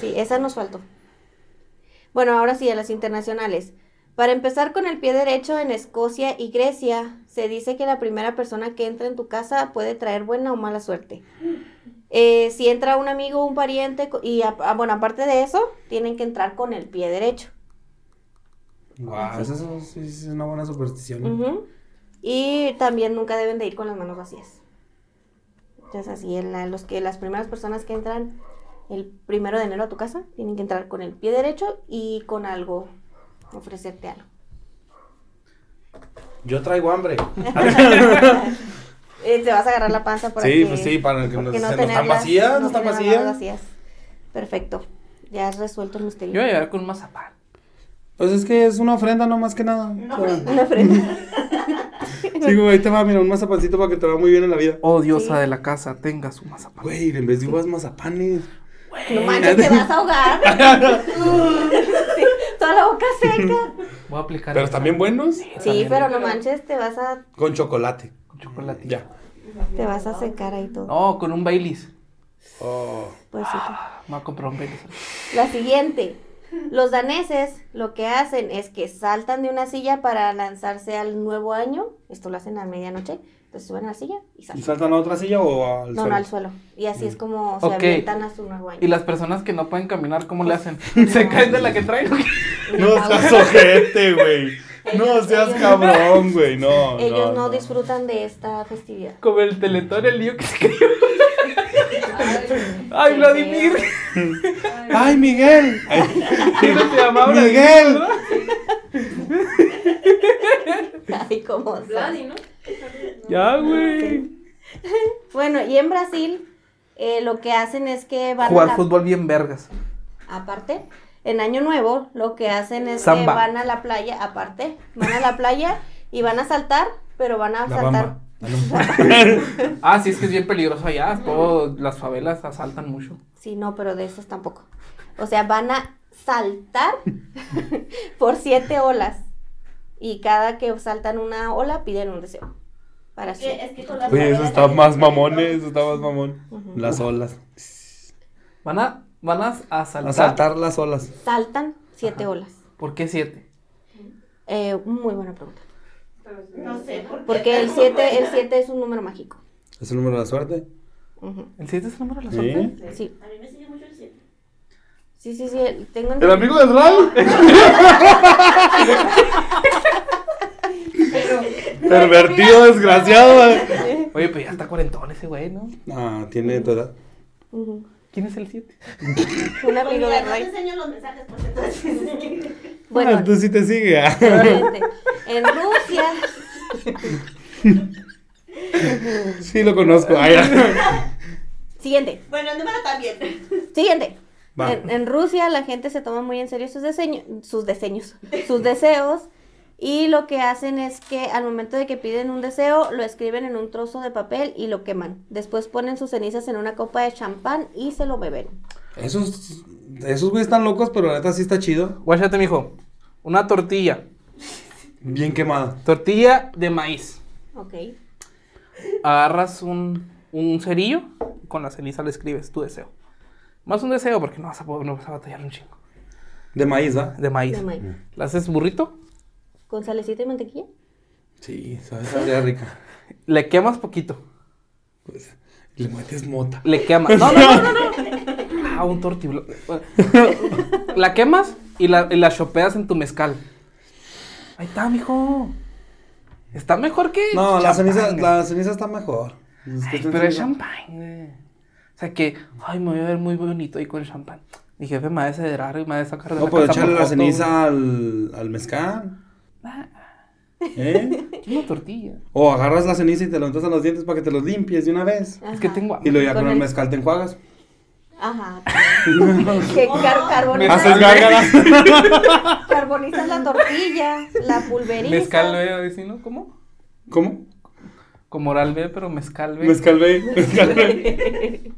Sí, esa nos faltó. Bueno, ahora sí, a las internacionales. Para empezar con el pie derecho en Escocia y Grecia, se dice que la primera persona que entra en tu casa puede traer buena o mala suerte. Eh, si entra un amigo, un pariente, co- y a- ah, bueno, aparte de eso, tienen que entrar con el pie derecho. Guau, esa es- sí, sí, es una buena superstición. Ujú. Y también nunca deben de ir con las manos vacías. Entonces así, en la- los que las primeras personas que entran el primero de enero a tu casa tienen que entrar con el pie derecho y con algo, ofrecerte algo. Yo traigo hambre. Eh, te vas a agarrar la panza para Sí, que- pues sí, para que no, porque se- no están tenerlas- vacías, no, están tener las vacías. manos vacías. Perfecto. Ya has resuelto el Yo misterio. voy a llegar con mazapán. Pues es que es una ofrenda, no más que nada. <laughs> Una ofrenda. Sí, güey, ahí te va, mira, un mazapancito para que te va muy bien en la vida. Oh, diosa de la casa, tenga su <laughs> mazapán. Güey, en vez de uvas, mazapanes. <laughs> No manches, te vas a ahogar. <laughs> Sí, toda la boca seca. Voy a aplicar. Pero esa. están bien buenos. Sí, pero no manches, te vas a Con chocolate. Con chocolate. Ya. Te vas a secar ahí todo. No, con un Baileys. Oh. Pues sí, pues. Me voy a comprar un Baileys. La siguiente. Los daneses lo que hacen es que saltan de una silla para lanzarse al nuevo año. Esto lo hacen a medianoche. Entonces suben a la silla y ¿Y saltan. saltan a otra silla o al No, suelo? no, al suelo. Y así es como se Ok. avientan a su nuevo año. Y las personas que no pueden caminar, ¿cómo <laughs> le hacen? ¿Se caen de la que traen? <laughs> No seas ojete, güey. No seas cabrón, güey. No. Ellos no, disfrutan de esta festividad. <laughs> Como el teletón, el lío que se cayó. Ay, ¡Ay, Vladimir! <laughs> ¡Ay, Miguel! ¿Quién se llamaba Vladimir, ¡Miguel! verdad? Ay, cómo son. Vladi, ¿no? Ya, güey. Bueno, y en Brasil eh, lo que hacen es que van a Jugar la- fútbol bien vergas. Aparte, en Año Nuevo lo que hacen es Samba. que van a la playa, aparte, van a la playa y van a saltar, pero van a La saltar. bamba. Ah, sí, es que es bien peligroso allá. Todo, las favelas asaltan mucho. Sí, no, pero de esos tampoco. O sea, van a saltar <laughs> por siete olas. Y cada que saltan una ola piden un deseo. Para su. Que- es que con las Oye, eso maderas está también más se mamón, puede- eh, eso está más mamón. Las olas. Van a, van a asaltar. A saltar las olas. Saltan siete olas. ¿Por qué siete? Eh, muy buena pregunta. No sé por qué. Porque el siete, el siete es un número mágico. ¿Es el número de la suerte? Ujú. ¿El siete es el número de la Sí. suerte? Sí, A mí me sigue mucho el 7. sí, sí, sí. Tengo ¿El amigo del Raúl? <laughs> Pervertido, desgraciado. eh. Oye, pues ya está cuarentón ese güey, ¿no? Ah, tiene tu edad. Ujú. ¿Quién es el siete? Un amigo de no te Ray. enseño los mensajes porque entonces. Bueno, <laughs> Ah, tú sí te sigue. ah. <laughs> siguiente. En Rusia, Sí, lo conozco. Ay, ah. siguiente, <laughs> bueno, el número también. siguiente. Va. En, en Rusia la gente se toma muy en serio sus diseños, sus diseños, sus deseos. Y lo que hacen es que al momento de que piden un deseo, lo escriben en un trozo de papel y lo queman. Después ponen sus cenizas en una copa de champán y se lo beben. <laughs> Esos, esos güeyes están locos, pero la neta sí está chido. Guáchate, mijo. Una tortilla. Bien quemada. Tortilla de maíz. Ok. Agarras un, un cerillo. y Con la ceniza le escribes tu deseo. Más un deseo porque no vas a, poder- no vas a batallar un chingo. De maíz, ¿va? De maíz. De maíz. ¿La haces burrito? ¿Con salecita y mantequilla? Sí, sabe, sabría rica. Le quemas poquito. Pues, le metes mota. Le quemas. No, no, no, no. no. Ah, un tortiblo. La quemas y la, y la chopeas en tu mezcal. Ahí está, mijo. Está mejor que. No, la champán, ceniza, güey. la ceniza está mejor. Es que Ay, estoy pero es seguro. champán, güey. O sea que, ay, me voy a ver muy bonito ahí con champán. Mi jefe me va a desederar y me va a sacar de No, la pues casa por echarle la foto, güey. ceniza al, al mezcal. ¿Eh? Una tortilla. O agarras la ceniza y te lo untas a los dientes para que te los limpies de una vez. Es que Ajá. tengo hambre. Y luego ya Con con el el- mezcal te enjuagas. Ajá. que car- Ah, Haces carbonizas, gárgaras. carbonizas la tortilla, la pulverizas. Mezcal B, vecino, ¿cómo? ¿Cómo? Como oral B, pero mezcal B. Mezcal ve, <laughs> mezcal ve.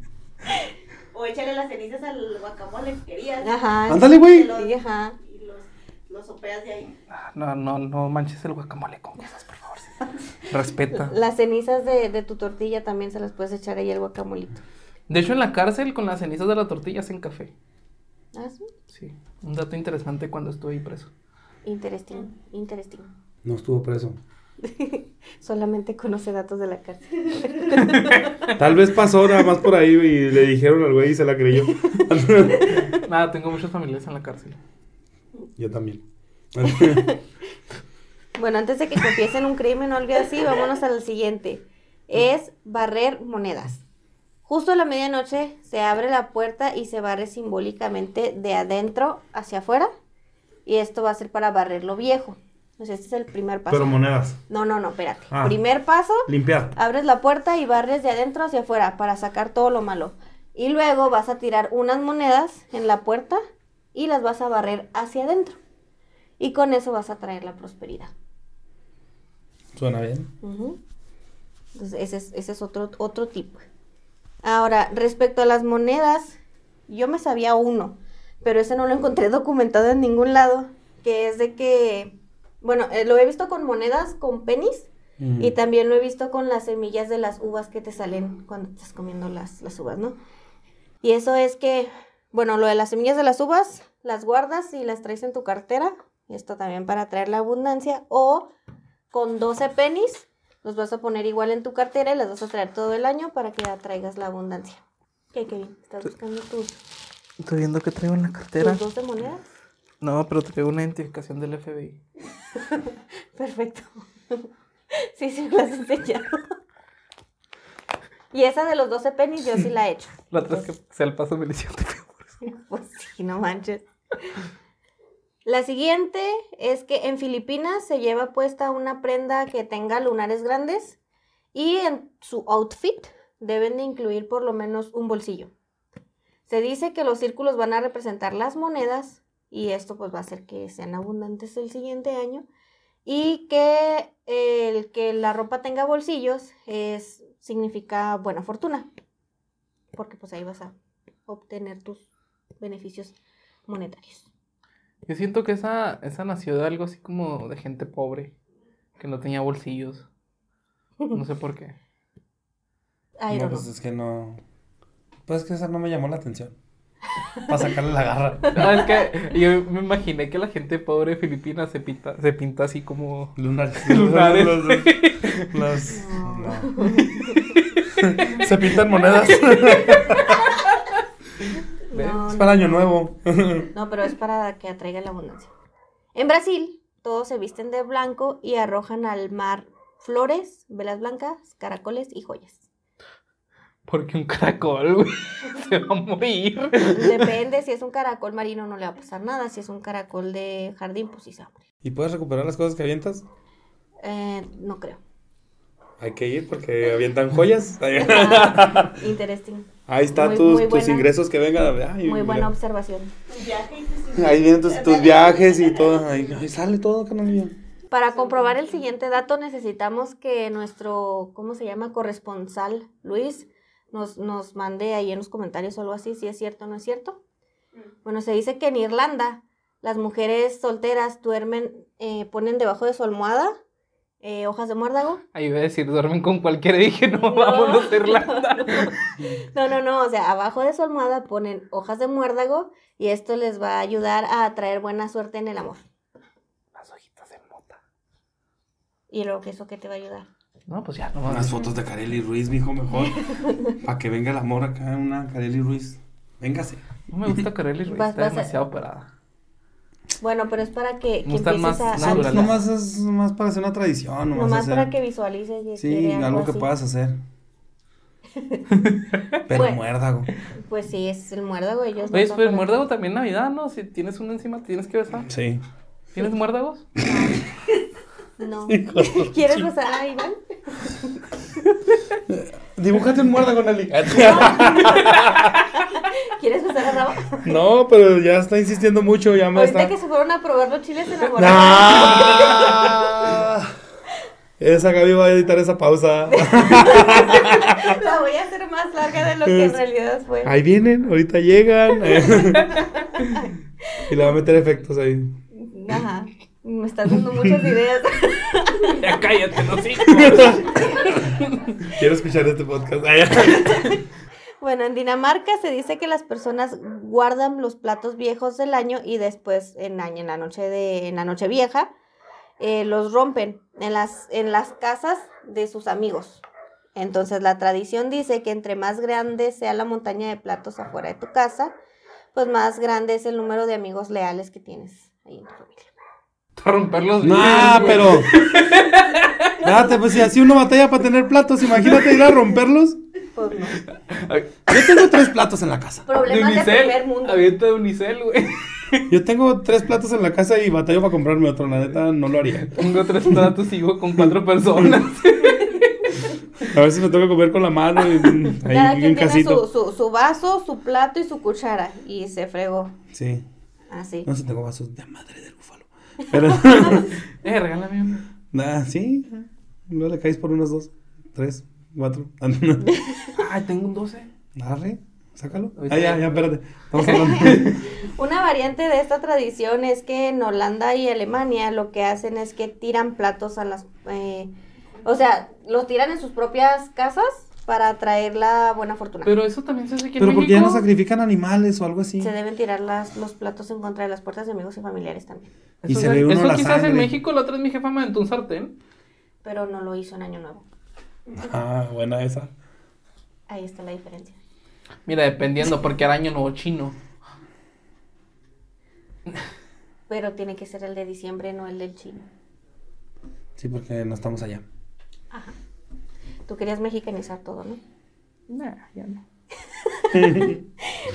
O échale las cenizas al guacamole que querías. Ajá. Ándale, güey. Sí, ajá. Y los, los sopeas de ahí. Ah, No, no, no manches el guacamole con cosas, por <laughs> favor. sí. Respeta. Las cenizas de, de tu tortilla también se las puedes echar ahí al guacamolito. De hecho, en la cárcel con las cenizas de la tortilla hacen café. Ah, sí. Sí. Un dato interesante cuando estuve ahí preso. Interesting, interesting. No estuvo preso. Solamente conoce datos de la cárcel. Tal vez pasó nada más por ahí y le dijeron al güey y se la <laughs> creyó. Nada, tengo muchos familiares en la cárcel. Yo también. Bueno, antes de que confiesen un crimen o algo así, vámonos al siguiente. Es barrer monedas. Justo a la medianoche se abre la puerta y se barre simbólicamente de adentro hacia afuera. Y esto va a ser para barrer lo viejo. Entonces, este es el primer paso. Pero monedas. No, no, no, espérate. Ah. Primer paso, Limpiar. abres la puerta y barres de adentro hacia afuera para sacar todo lo malo. Y luego vas a tirar unas monedas en la puerta y las vas a barrer hacia adentro. Y con eso vas a traer la prosperidad. Suena bien. Ujú. Entonces, ese es, ese es otro, otro tipo. Ahora, respecto a las monedas, yo me sabía uno, pero ese no lo encontré <laughs> documentado en ningún lado, que es de que, bueno, eh, lo he visto con monedas, con pennies, Mm. y también lo he visto con las semillas de las uvas que te salen cuando estás comiendo las, las uvas, ¿no? Y eso es que, bueno, lo de las semillas de las uvas, las guardas y las traes en tu cartera. y Esto también para traer la abundancia. O con 12 pennies, los vas a poner igual en tu cartera y las vas a traer todo el año para que atraigas la abundancia. ¿Qué, Kevin? ¿Estás buscando tus, Estoy viendo que traigo en la cartera. tus 12 monedas? No, pero traigo una identificación del FBI. Perfecto. <laughs> sí, sí, me las he enseñado. <laughs> y esa de los 12 pennies yo sí la he hecho. La otra es que sea el paso miliciano. <laughs> Pues sí, no manches. La siguiente es que en Filipinas se lleva puesta una prenda que tenga lunares grandes y en su outfit deben de incluir por lo menos un bolsillo. Se dice que los círculos van a representar las monedas y esto pues va a hacer que sean abundantes el siguiente año y que el que la ropa tenga bolsillos es significa buena fortuna porque pues ahí vas a obtener tus beneficios monetarios. Yo siento que esa, esa nació de algo así como de gente pobre, que no tenía bolsillos. No sé por <laughs> qué. Ay, no, no, no. pues es que no. Pues es que esa no me llamó la atención. Para sacarle la garra. No, Ah, es que yo me imaginé que la gente pobre filipina se pinta, se pinta así como... <laughs> Lunares. Lunares. Los- los- los- No. <laughs> no. Se pintan monedas. No, <laughs> es no, para año nuevo. no, pero es para que atraiga la abundancia. En Brasil, todos se visten de blanco y arrojan al mar flores, velas blancas, caracoles y joyas. <laughs> Porque un caracol, güey, <laughs> se va a morir. Depende, si es un caracol marino no le va a pasar nada, si es un caracol de jardín, pues sí se va a morir. ¿Y puedes recuperar las cosas que avientas? Eh, no <laughs> creo. Hay que ir porque avientan <laughs> joyas. Ah, interesting. Ahí está Muy- tus, muy tus buena. ingresos que vengan. Ay, Muy buena mira. observación. Tu viaje y tus Ahí vienen tus, tus viajes y todo. Ahí, ahí sale todo, canal mío. Para comprobar el siguiente dato necesitamos que nuestro, ¿cómo se llama? Corresponsal Luis nos, nos mande ahí en los comentarios o algo así si es cierto o no es cierto. Mm. Bueno, se dice que en Irlanda las mujeres solteras duermen, eh, ponen debajo de su almohada eh, hojas de muérdago. Ahí iba a decir, duermen con cualquiera. Y dije, no, vámonos a Irlanda. No, no, no, o sea, abajo de su almohada ponen hojas de muérdago y esto les va a ayudar a atraer buena suerte en el amor. Las hojitas de mota. Y luego que eso que te va a ayudar. No, pues ya, no Unas más. fotos de Kareli Ruiz, <laughs> mijo, mejor. Para que venga el amor acá, una Kareli Ruiz. Véngase. No me gusta Carelli Ruiz, Vas- está vas a- demasiado operada. Bueno, pero es para que, que gustan empieces más a... a- No, naturales. Pues nomás es nomás para hacer una tradición, nomás, nomás hacer- para que visualices que Sí, quiere algo, que así. puedas hacer. <laughs> Pero Bueno. muérdago. Pues sí, es el muérdago. Ellos no Oye, son pues con- muérdago también Navidad, ¿no? Si tienes uno encima, te tienes que besar. Sí. ¿Tienes muérdagos? No. ¿Quieres besar a Iván? Dibújate un <laughs> muérdago, Nelly. <laughs> ¿Quieres besar a <laughs> Rafa? no, pero ya está insistiendo mucho, ya me Ahorita está. que se fueron a probar los chiles enamorados. <laughs> ¡Ah! Esa Gaby va a editar esa pausa. La voy a hacer más larga de lo que en realidad fue. Ahí vienen, ahorita llegan. y le va a meter efectos ahí. Ajá. Me estás dando muchas ideas. Ya cállate, <laughs> no sí. Quiero escuchar este podcast. Bueno, en Dinamarca se dice que las personas guardan los platos viejos del año y después en, año- en la noche de en la noche vieja eh, los rompen en las en las casas de sus amigos. Entonces la tradición dice que entre más grande sea la montaña de platos afuera de tu casa, pues más grande es el número de amigos leales que tienes ahí en tu familia. A romperlos. No, pero. Date, pues si así uno batalla para tener platos, imagínate ir a romperlos. Pues no. Yo tengo tres platos en la casa. Problemas de primer mundo. Avienta de unicel, güey. Yo tengo tres platos en la casa y batallo para comprarme otro. La neta, no lo haría. Tengo tres platos y vivo con cuatro personas. A veces me tengo que comer con la mano y, mm, ahí Cada quien en tiene su, casito. su, su vaso, su plato y su cuchara. Y se fregó. Sí. Así. No sé, tengo vasos de madre del búfalo. <laughs> Pero. <laughs> Eh, regálame uno. Nada, sí. No le caes por unos dos, tres, cuatro. Ah, Ay, tengo un 12. Arre, sácalo. Ahorita Ah, ya, ya. ya, espérate. <laughs> Estamos hablando. Una variante de esta tradición es que en Holanda y Alemania lo que hacen es que tiran platos a las... eh, o sea, los tiran en sus propias casas para atraer la buena fortuna. Pero eso también se hace aquí en Pero porque ya no México. sacrifican animales o algo así. Se deben tirar las, los platos en contra de las puertas de amigos y familiares también. Y Eso se es- ve uno Eso la quizás en sangre. México, la otra es mi jefa me aventó un sartén. Pero no lo hizo en Año Nuevo. Ah, buena esa. Ahí está la diferencia. Mira, dependiendo, porque era año nuevo chino. Pero tiene que ser el de diciembre, no el del chino. Sí, porque no estamos allá. Tú querías mexicanizar todo, ¿no? Nah, ya no.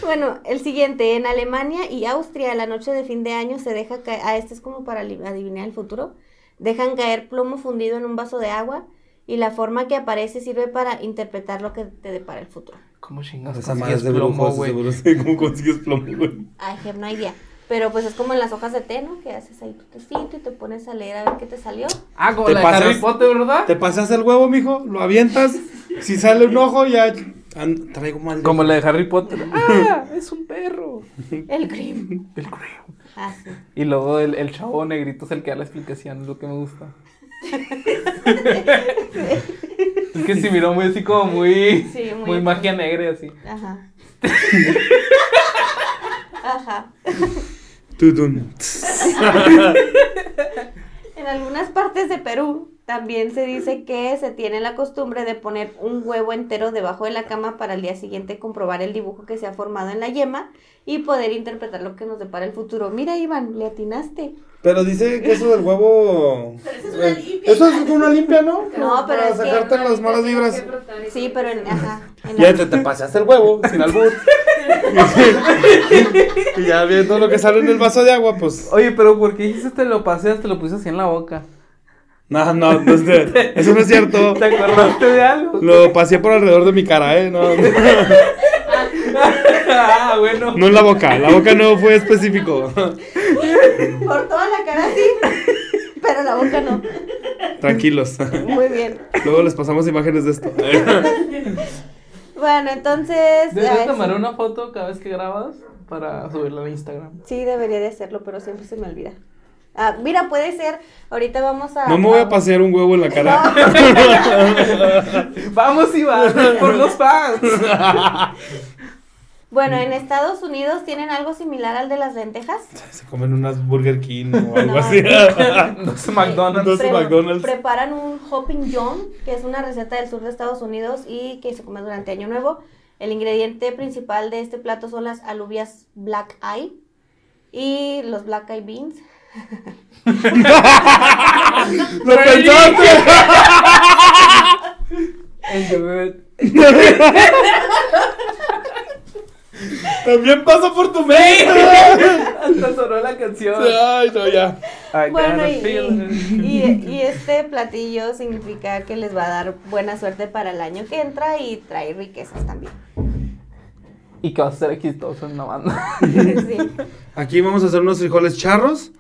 Bueno, el siguiente, en Alemania y Austria, la noche de fin de año se deja caer, ah, este es como para li- adivinar el futuro, dejan caer plomo fundido en un vaso de agua y la forma que aparece sirve para interpretar lo que te depara el futuro. ¿Cómo chingados Esa madre Ah, consigues es de plomo, brujos, güey? seguro. sé <laughs> ¿Cómo consigues plomo, güey? I have no idea. Pero pues es como en las hojas de té, ¿no? Que haces ahí tu tecito y te pones a leer a ver qué te salió. Ah, como Te la pasas- de Harry Potter, ¿verdad? Te pasas el huevo, mijo, lo avientas. Si sale un ojo, ya. an- traigo mal. Como la de Harry Potter. ¡Ah! Es un <laughs> perro. El cream. El creo. Así. Y luego el, el chavo negrito es el que da la explicación, es lo que <laughs> me gusta. es que si miró muy así como muy, Sí, muy- muy, magia negra y así. Ajá. Ajá. Tutun. En algunas partes de Perú también se dice que se tiene la costumbre de poner un huevo entero debajo de la cama para al día siguiente comprobar el dibujo que se ha formado en la yema y poder interpretar lo que nos depara el futuro. Mira, Iván, le atinaste. Pero dice que eso del huevo. eh, Pero eso es una limpia. Eso es una limpia, ¿no? No, pero Para es que- sacarte las malas vibras. Sí, pero en, ajá, en Ya la- te, te pasaste el huevo sin <laughs> albur. y ya viendo lo que sale en el vaso de agua, pues. Oye, pero ¿por qué dijiste te lo paseas, te lo puse así en la boca? No, no, no es- eso no es cierto. ¿Te acordaste de algo? Lo pasé por alrededor de mi cara, ¿eh? No, <laughs> ah, bueno. Pues, no en la boca. La boca no fue específico. por toda la cara sí, pero la boca no. Tranquilos. Muy bien. Luego les pasamos imágenes de esto. Bueno, entonces... Debes ay, tomar sí. una foto cada vez que grabas para subirla a Instagram. Sí, debería de hacerlo, pero siempre se me olvida. Ah, mira, puede ser. Ahorita vamos a... No me voy a pasear un huevo en la cara. Vamos, Iván, por los <laughs> fans. Bueno, en Estados Unidos tienen algo similar al de las lentejas. Se comen unas Burger King o algo No. así. No sé, McDonald's. Entonces, <laughs> McDonald's. Preparan un Hopping John, que es una receta del sur de Estados Unidos y que se come durante Año Nuevo. El ingrediente principal de este plato son las alubias Black Eye, Y los black eyed beans. <laughs> ¡Lo pensaste! También pasó por tu mente. Hasta sonó la canción. Ay, no, ya. I got Bueno, a y, feeling. y- y este platillo significa que les va a dar buena suerte para el año que entra y trae riquezas también. <laughs> ¿Y qué vas a hacer aquí todos en una banda? Sí. Aquí vamos a hacer unos frijoles charros.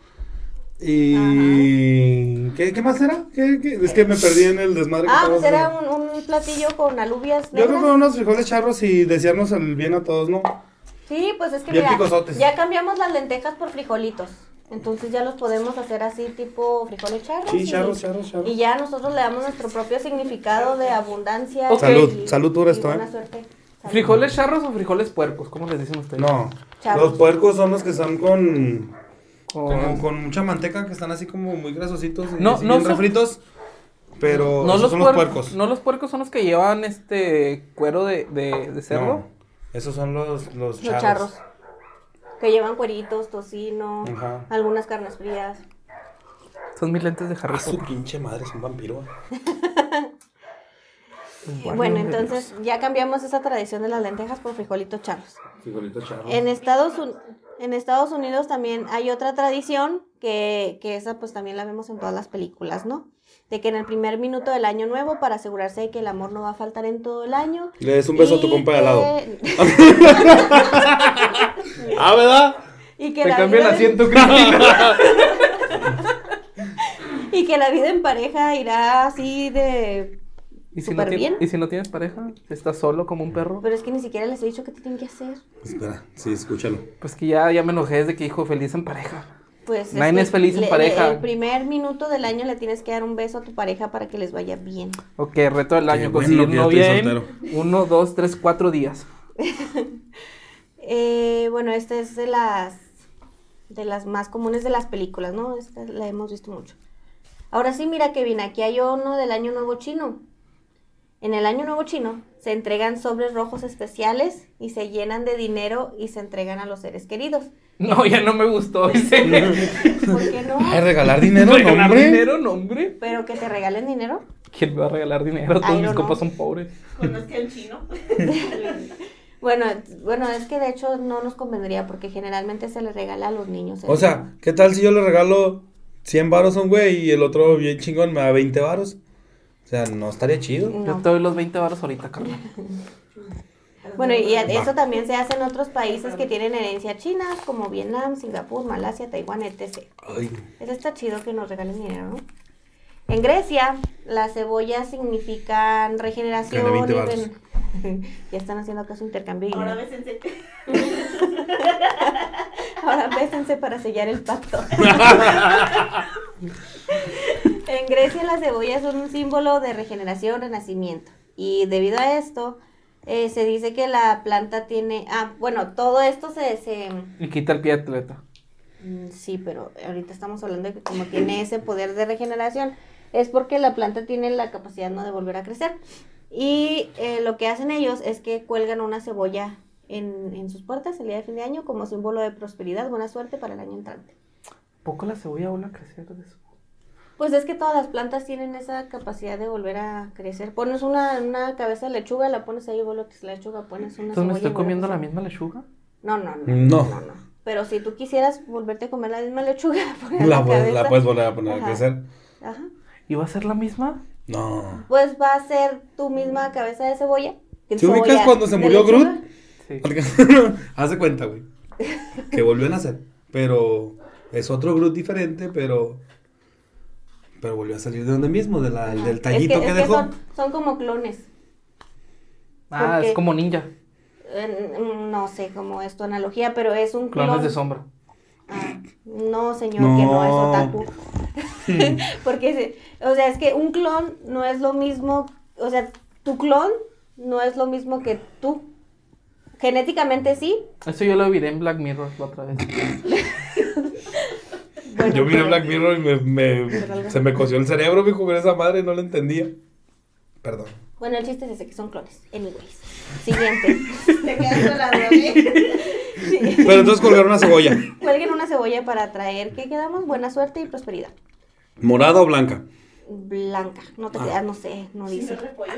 Y. ¿Qué, qué más era? ¿Qué- qué? Es que me perdí en el desmadre que Ah, estábamos pues era haciendo. un, un platillo con alubias Yo creo que negras. unos frijoles charros y desearnos el bien a todos, ¿no? Sí, pues es que Bien mira, picosotes. ya cambiamos las lentejas por frijolitos. Entonces ya los podemos hacer así tipo frijoles charros. Sí, y- charros, charros, charros. Y ya nosotros le damos nuestro propio significado de abundancia. Ok. y- Salud, salud por y esto, buena ¿eh? suerte. Salud. ¿Frijoles charros o frijoles puercos? ¿Cómo les dicen ustedes? No. Charros. Los puercos son los que son con. Como Con- con mucha manteca que están así como muy grasositos y No, así no bien son- refritos. Pero No esos los, son puer- los puercos. no los puercos son los que llevan este cuero de, de, de cerdo. No, esos son los, Los los charros. charros. Que llevan cueritos, tocino, Ajá. algunas carnes frías. Son mis lentes de Harry Ah, su Potter. pinche madre, es un vampiro. <laughs> Bueno, entonces ya cambiamos esa tradición de las lentejas por frijolitos charros. Frijolito charro. En Estados, Un- en Estados Unidos también hay otra tradición que, que esa pues también la vemos en todas las películas, ¿no? De que en el primer minuto del año nuevo, para asegurarse de que el amor no va a faltar en todo el año. Le des un beso a tu y compa de al que- lado. ah, ¿verdad? <laughs> Y que, Te la cambio el vida en- <laughs> asiento, Cristina. y que la vida en pareja irá así de... ¿Y, si no Súper ti- bien. ¿Y si no tienes pareja? ¿Estás solo como un perro? Pero es que ni siquiera les he dicho qué tienen que hacer. Espera, sí, escúchalo. Pues que ya, ya me enojé desde que dijo feliz en pareja. Pues Nadie que es feliz en le- le- pareja. el primer minuto del año le tienes que dar un beso a tu pareja para que les vaya bien. Ok, reto del año, bueno que conseguir ya novia estoy en uno, dos, tres, cuatro días. <laughs> Eh, bueno, esta es de las de las más comunes de las películas, ¿no? Esta la hemos visto mucho. Ahora sí, mira Kevin, aquí hay uno del Año Nuevo Chino. En el Año Nuevo Chino se entregan sobres rojos especiales y se llenan de dinero y se entregan a los seres queridos. No, ya no me gustó. dice. ¿Por qué no? Ay, regalar <laughs> dinero, ¿Regalar hombre. dinero, no, hombre? Pero que te regalen dinero. ¿Quién me va a regalar dinero? Todos I mis don't compas know. son pobres. Conozca el chino. Bueno, bueno, es que de hecho no nos convendría porque generalmente se les regala a los niños. el O sea, ¿qué tal si yo le regalo 100 varos a un güey y el otro bien chingón me da 20 varos? O sea, no estaría chido. Yo No. te doy los 20 baros ahorita, <laughs> Carla. Bueno, y a- eso también se hace en otros países que tienen herencia china, como Vietnam, Singapur, Malasia, Taiwán, etc. Ay, Eso está chido que nos regalen dinero, ¿no? En Grecia, las cebollas significan regeneración. Gana 20 y varos. ven- <laughs> ya están haciendo acá su intercambio. de Ahora dinero. bésense. <laughs> Ahora bésense para sellar el pacto. en Grecia las cebollas son un símbolo de regeneración, renacimiento. Y debido a esto, eh, se dice que la planta tiene... Ah, bueno, todo esto se... se- Y quita el pie de atleta. mm, sí, pero ahorita estamos hablando de que como tiene ese poder de regeneración, es porque la planta tiene la capacidad no de volver a crecer. Y eh, lo que hacen ellos es que cuelgan una cebolla en, en sus puertas el día de fin de año como símbolo de prosperidad, buena suerte para el año entrante. ¿Poco la cebolla vuelve a crecer de eso? Pues es que todas las plantas tienen esa capacidad de volver a crecer. Pones una, una cabeza de lechuga, la pones ahí, vuelve a crecer la lechuga, pones una cebolla Entonces me y estoy vuelve a comiendo la crecer. misma lechuga. No, no, no. Mm, No. Pero si tú quisieras volverte a comer la misma lechuga, <laughs> pones La, la, puedes- cabeza. la puedes volver a poner Ajá. a crecer. Ajá. ¿Y va a ser la misma? No. <laughs> Pues va a ser tu misma cabeza de cebolla. ¿Te ubicas Cebolla cuando se de murió lechuga. Groot? Sí. Haz de cuenta, güey. Que volvió a nacer. Pero es otro Groot diferente, pero. Pero volvió a salir de donde mismo, de la- Ajá. del tallito es que, que, es que dejó. son, son como clones. Ah, es Porque- como ninja. Eh, n- no sé cómo es tu analogía, pero es un clon. Clones de sombra. Ah, no, señor, que no es No. otaku. <laughs> Porque, se- o sea, es que un clon no es lo mismo, o sea, tu clon no es lo mismo que tú. Genéticamente sí. Eso yo lo vi en Black Mirror la otra vez. bueno, Yo miré pero- Black Mirror y me, me- <laughs> Pero algo- se me coció el cerebro, mijo, con esa madre, no la entendía. Perdón. Bueno, el chiste es ese, que son clones. Anyways. <laughs> Siguiente. Te quedas con la doble. Pero entonces colgar una cebolla. Cuelguen una cebolla para traer, ¿qué quedamos? Buena suerte y prosperidad. ¿Morada o blanca? Blanca. No te Ah. creas, no sé, no Si no dice. repollo.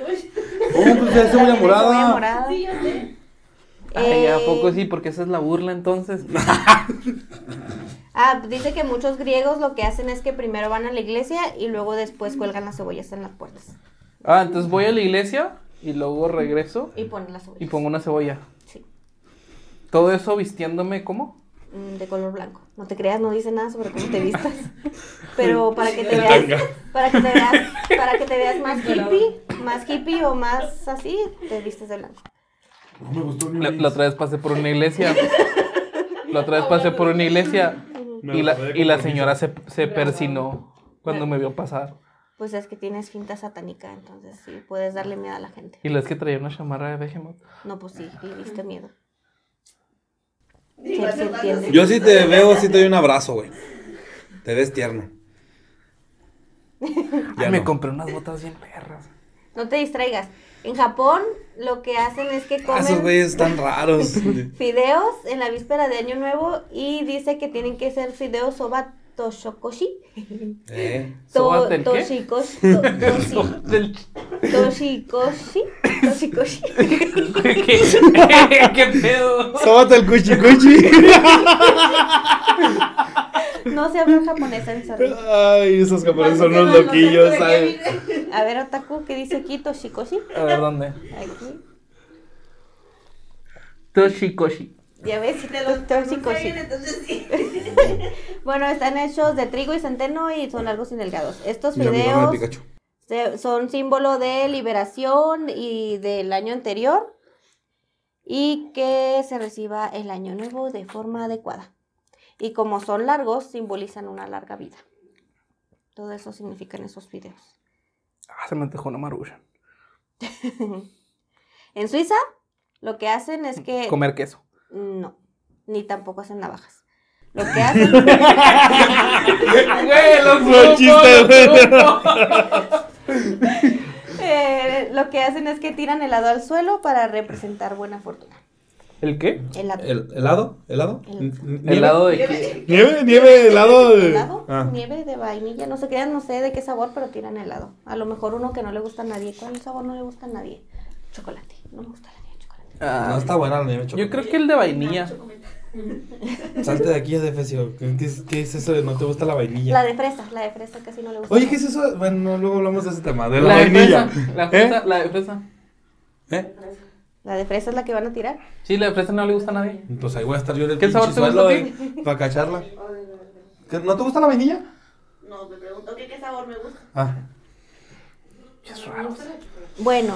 ¿Cómo pues <laughs> es También cebolla hay cebolla morada? morada. Sí, yo sé. Ay, ¿a Eh, poco sí? Porque esa es la burla <laughs> entonces. Ah, dice que muchos griegos lo que hacen es que primero van a la iglesia y luego después cuelgan las cebollas en las puertas. Ah, entonces voy a la iglesia y luego regreso Y ponen las cebollas. y pongo una cebolla. Sí. Todo eso vistiéndome como. Mm, De color blanco. No te creas, no dice nada sobre cómo te <laughs> vistas. Pero para que te En veas. tanga. Para que te veas, para que te veas más hippie, más hippie o más así, te vistes de blanco. No me gustó La, la otra vez pasé por una iglesia. La otra vez pasé por una iglesia y la, y la señora se, se persinó cuando me vio pasar. Pues es que tienes finta satánica, entonces sí, puedes darle miedo a la gente. Y la es que traía una chamarra de Behemoth. No, pues sí, le diste miedo. Digo, Se- se hace rato entiende. sí. Yo sí te veo, sí te doy un abrazo, güey. Te ves tierno. Ay, Ya Ah, me no. compré unas botas bien perras. No te distraigas. En Japón lo que hacen es que Ah, Esos comen güeyes <laughs> están raros. fideos en la víspera de Año Nuevo y dice que tienen que ser fideos soba toshokoshi. Eh, ¿Soba del qué? toshikoshi. <laughs> to- toshi- Del ch- Toshikoshi. Toshikoshi. ¿Qué, qué- <laughs> qué pedo? Sóbate el cuchi cuchi. No se habla japonés en sorry. Ay, esos japoneses son unos Lo- lo- loquillos, lo- ¿sabes? A ver, Otaku, ¿qué dice aquí? Toshikoshi. A ver, ¿dónde? Aquí. Toshikoshi. Ya ves, Te lo pronuncia Toshikoshi. bien, entonces sí. Bueno, están hechos de trigo y centeno y son largos y delgados. Estos Mira mi fideos gorra de Pikachu. se- son símbolo de liberación y del año anterior y que se reciba el año nuevo de forma adecuada. Y como son largos, simbolizan una larga vida. Todo eso significan esos fideos. Ah, se me antojó una marulla. En Suiza, lo que hacen es que... Comer queso. No, ni tampoco hacen navajas. Lo que hacen... <laughs> Güey, los Fue el chiste, güey. Eh, lo que hacen es que tiran helado al suelo para representar buena fortuna. ¿El qué? Helado. ¿El- ¿Helado? ¿Helado? El- Nieve. Helado de qué? Nieve, nieve, helado. de- <laughs> helado, Ah. nieve de vainilla, no sé qué, no sé de qué sabor, pero tiran helado. A lo mejor uno que no le gusta a nadie. ¿Cuál sabor no le gusta a nadie? Chocolate. No me gusta la nieve de chocolate. No, Ah, está buena la nieve, choco. yo creo que el de vainilla. Salte de aquí, Adefesio. ¿Qué, qué, es- qué es eso de no te gusta la vainilla? La de fresa, la de fresa casi no le gusta. Oye, ¿qué es eso? Bueno, luego hablamos de ese tema, de la, La de vainilla. fresa. La fresa, la de fresa. ¿Eh? ¿Eh? La de fresa es la que van a tirar. Sí, la de fresa no le gusta a nadie. Pues ahí voy a estar yo en el ¿Qué pinche sabor te gusta suelo a de- para cacharla. ¿Qué- ¿No te gusta la vainilla? No, me preguntó que qué sabor me gusta. Ah. Bueno,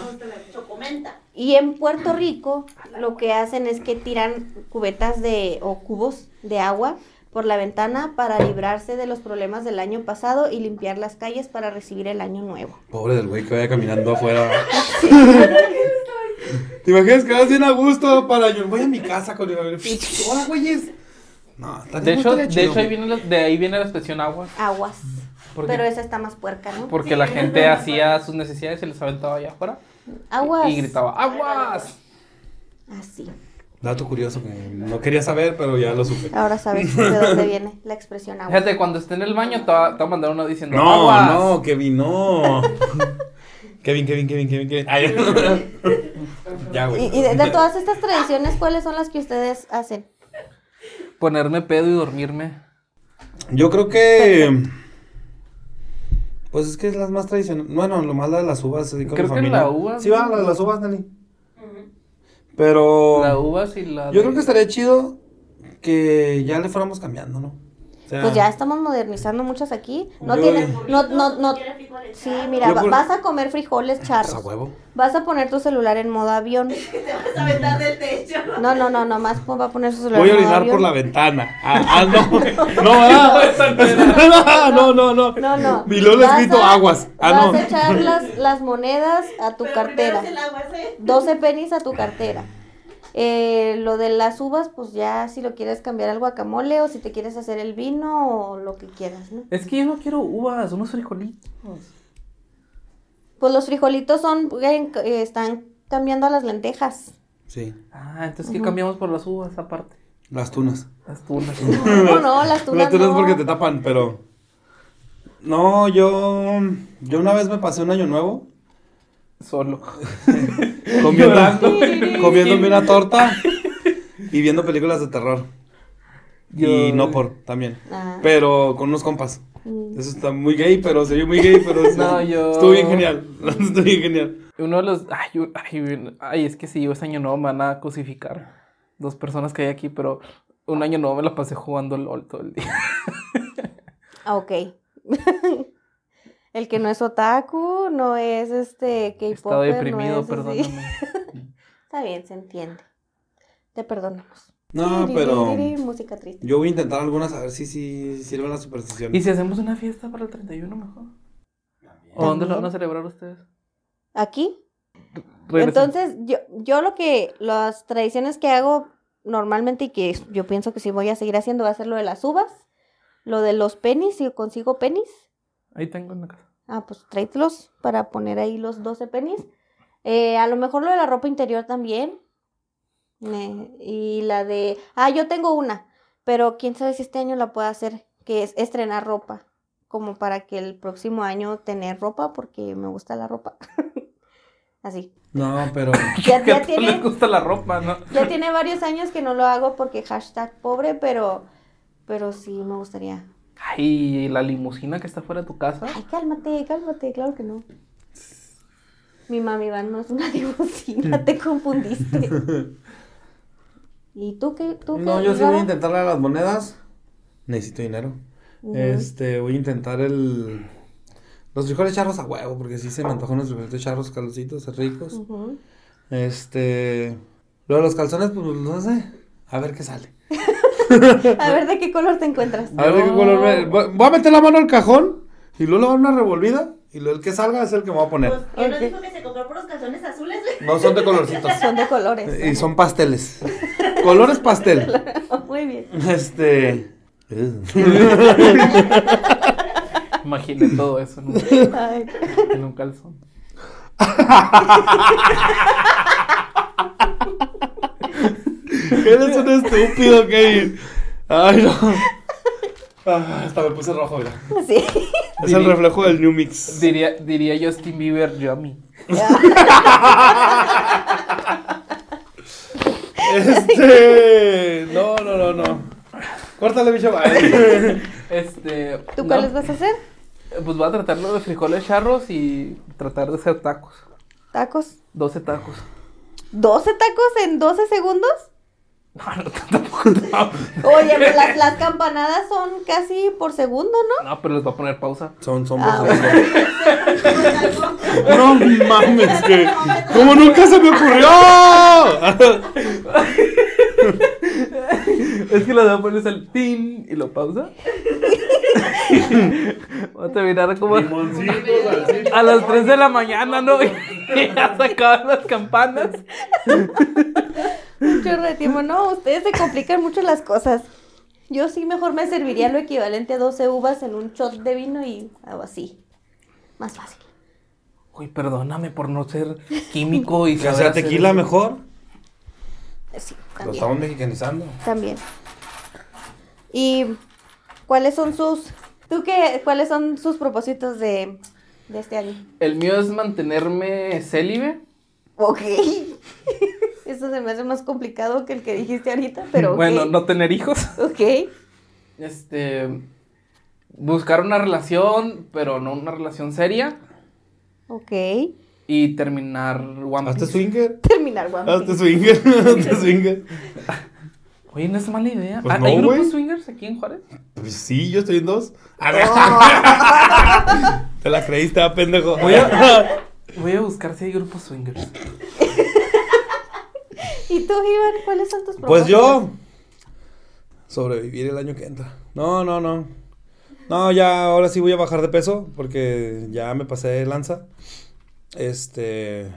Chocomenta. y en Puerto Rico lo que hacen es que tiran cubetas de o cubos de agua por la ventana para librarse de los problemas del año pasado y limpiar las calles para recibir el año nuevo. Pobre del güey que vaya caminando <laughs> afuera. ¿Te imaginas que vas bien a gusto para yo? Voy a mi casa con el Hola, güeyes. No, está De no hecho, estaría de chido. hecho ahí viene la, de ahí viene la expresión agua. Aguas. ¿Por qué? Pero esa está más puerca, ¿no? Porque la gente hacía sus necesidades y les aventaba allá afuera. Aguas. Y gritaba, ¡aguas! Así. Dato curioso que no quería saber, pero ya lo supe. Ahora sabes de <laughs> dónde viene la expresión aguas. Fíjate, cuando esté en el baño te va, te va a mandar uno diciendo, No, ¡aguas! no, <laughs> Kevin, no. Kevin, Kevin, Kevin, Kevin, Kevin. Ay, <laughs> ya, Y, güey. y de, de todas estas tradiciones, ¿cuáles son las que ustedes hacen? Ponerme pedo y dormirme. Yo creo que. Pues es que es las más tradicionales. Bueno, lo más la de las uvas. Así con Creo mi que familia. la uva, Sí, va, ¿no? la de las uvas, Dani. Pero. La uvas y la... Yo de- creo que estaría chido que ya le fuéramos cambiando, ¿no? O sea, Pues ya estamos modernizando muchas aquí. No Ah. Yo- tienes, no, no, no. ¿Quieres frijoles? Sí, mira, Yo va- por- vas a comer frijoles pues, a charros. huevo. Vas a poner tu celular en modo avión. Te vas a aventar del techo. No, no, no, nomás po- va a poner su celular Voy a en modo orinar Pues avión. por la ventana. <laughs> Ah, ah, no. No, ¿verdad? <laughs> no, no, no. No, <laughs> no. Y luego le he Vas escrito a- aguas. Ah, vas no. a echar las, las monedas a tu Pero primero cartera. es el agua, ese. 12 pennies a tu cartera. Eh, lo de las uvas, pues ya si lo quieres cambiar al guacamole o si te quieres hacer el vino o lo que quieras, ¿no? Es que yo no quiero uvas, unos frijolitos. Pues los frijolitos son, eh, están cambiando a las lentejas. Sí. Ah, entonces ¿qué cambiamos por las uvas aparte? Las tunas. Las <laughs> tunas. No, no, las tunas Las tunas no. porque te tapan, pero. No, yo. Yo una vez me pasé un <gasps> año nuevo Solo. comiendo, comiéndome una torta y viendo películas de terror. Y Yo- no por también. <laughs> Ah. Pero con unos compas. Mm. Eso está muy gay, pero soy muy gay, <laughs> pero sí, No, yo- estuvo bien genial. <laughs> Estuvo bien genial. Uno de los. Ay, yo- ay, yo- ay, es que si yo este año nuevo me van a crucificar. Dos personas que hay aquí, pero un año nuevo me la pasé jugando LOL todo el día. Ah, ok. <laughs> El que no es otaku, no es este K-pop. <laughs> Estaba no deprimido, es así. <laughs> perdóname. Está bien, se entiende. Te perdonamos. No, Tiri, pero. tiri, Música triste. Yo voy a intentar algunas a ver si, si sirven las ¿Y supersticiones. si hacemos una fiesta para el 31 mejor? ¿O dónde lo van a celebrar ustedes? ¿Aquí? Regresen. Entonces, yo, yo lo que, las tradiciones que hago normalmente y que yo pienso que sí voy a seguir haciendo va a ser lo de las uvas, lo de los penis, si consigo penis, Ahí tengo en la casa. ah, pues tráetelos para poner ahí los 12 penis. Eh, a lo mejor lo de la ropa interior también. Me- y la de, ah, yo tengo una, pero quién sabe si este año la pueda hacer, que es estrenar ropa, como para que el próximo año tener ropa, porque me gusta la ropa. <laughs> Así. No, pero. Ya, <laughs> Que ya a todos tiene, les gusta la ropa, ¿no? <laughs> ya tiene varios años que no lo hago porque hashtag pobre, pero, pero sí me gustaría. Ay, ¿y la limusina que está fuera de tu casa. Ay, cálmate, cálmate, claro que no. Mi mami Iván no es una <laughs> divocina, te <laughs> confundiste. ¿Y tú qué? Tú qué, No, yo sí voy Raba? a intentar la de las monedas. Necesito dinero. Ujú. Este, voy a intentar el. Los frijoles charros a huevo, porque sí se me antojan los frijoles charros calocitos, ricos. Ujú. Este. Lo de los calzones, pues no sé. A ver qué sale. A ver de qué color te encuentras. A ver de qué color. me- Voy voy a meter la mano al cajón y luego le voy a dar una revolvida. Y luego el que salga es el que me voy a poner. Pues, ¿quién nos Ok. dijo que se compró por los calzones azules, güey? No son <laughs> de colorcitos. Son de colores. Y son pasteles. Colores pastel. <laughs> Muy bien. Este. Imaginé todo eso en un, Ay. <laughs> en un calzón. Eres un estúpido, Kevin. Ay, no. Ah, hasta me puse rojo, mira. Sí. Es el reflejo del New Mix. Diría, diría Justin Bieber, yummy. Este. No, no, no, no. Córtale, bicho. Ay. Este. ¿Tú no, cuáles vas a hacer? Pues voy a tratarlo de frijoles charros y tratar de hacer tacos. ¿Tacos? 12 tacos. <laughs> ¿12 tacos en 12 segundos? No, no, tampoco. No, Oye, pues las, las campanadas son casi por segundo, ¿no? No, pero les voy a poner pausa. <laughs> Son, son Ah, bolsas. No mames, que. ¿Cómo nunca se me ocurrió? Es que les voy a poner el tin y lo <laughs> pausa. voy a terminar como. <laughs> A las 3 de la mañana, ¿no? <laughs> Y ya se acaban las campanas. Un chorro de tiempo. No, ustedes se complican mucho las cosas. Yo sí mejor me serviría lo equivalente a 12 uvas en un shot de vino y algo así. Más fácil. Uy, perdóname por no ser químico y Que saber sea hacer tequila eso. mejor. Eh, Sí, Lo también. estamos mexicanizando. También. ¿Y cuáles son sus... ¿Tú qué? ¿Cuáles son sus propósitos de, de este año? El mío es mantenerme célibe. Ok. <laughs> Eso se me hace más complicado que el que dijiste ahorita, pero... ok. Bueno, no tener hijos. Ok. Este. Buscar una relación, pero no una relación seria. Ok. Y terminar One Hazte Piece. swinger. Terminar, One Hazte Piece. swinger. <laughs> Hazte swinger. Oye, no es mala idea. Pues ¿Ah, no, ¿Hay grupos güey. swingers aquí en Juárez? Pues sí, yo estoy en dos. A ver. <laughs> Te la creíste, ah, pendejo. Voy a, voy a buscar si hay grupos swingers. ¿Y tú, Iván, cuáles son tus propósitos? Pues yo. Sobrevivir el año que entra. No, no, no. No, ya ahora sí voy a bajar de peso porque ya me pasé de lanza. Este.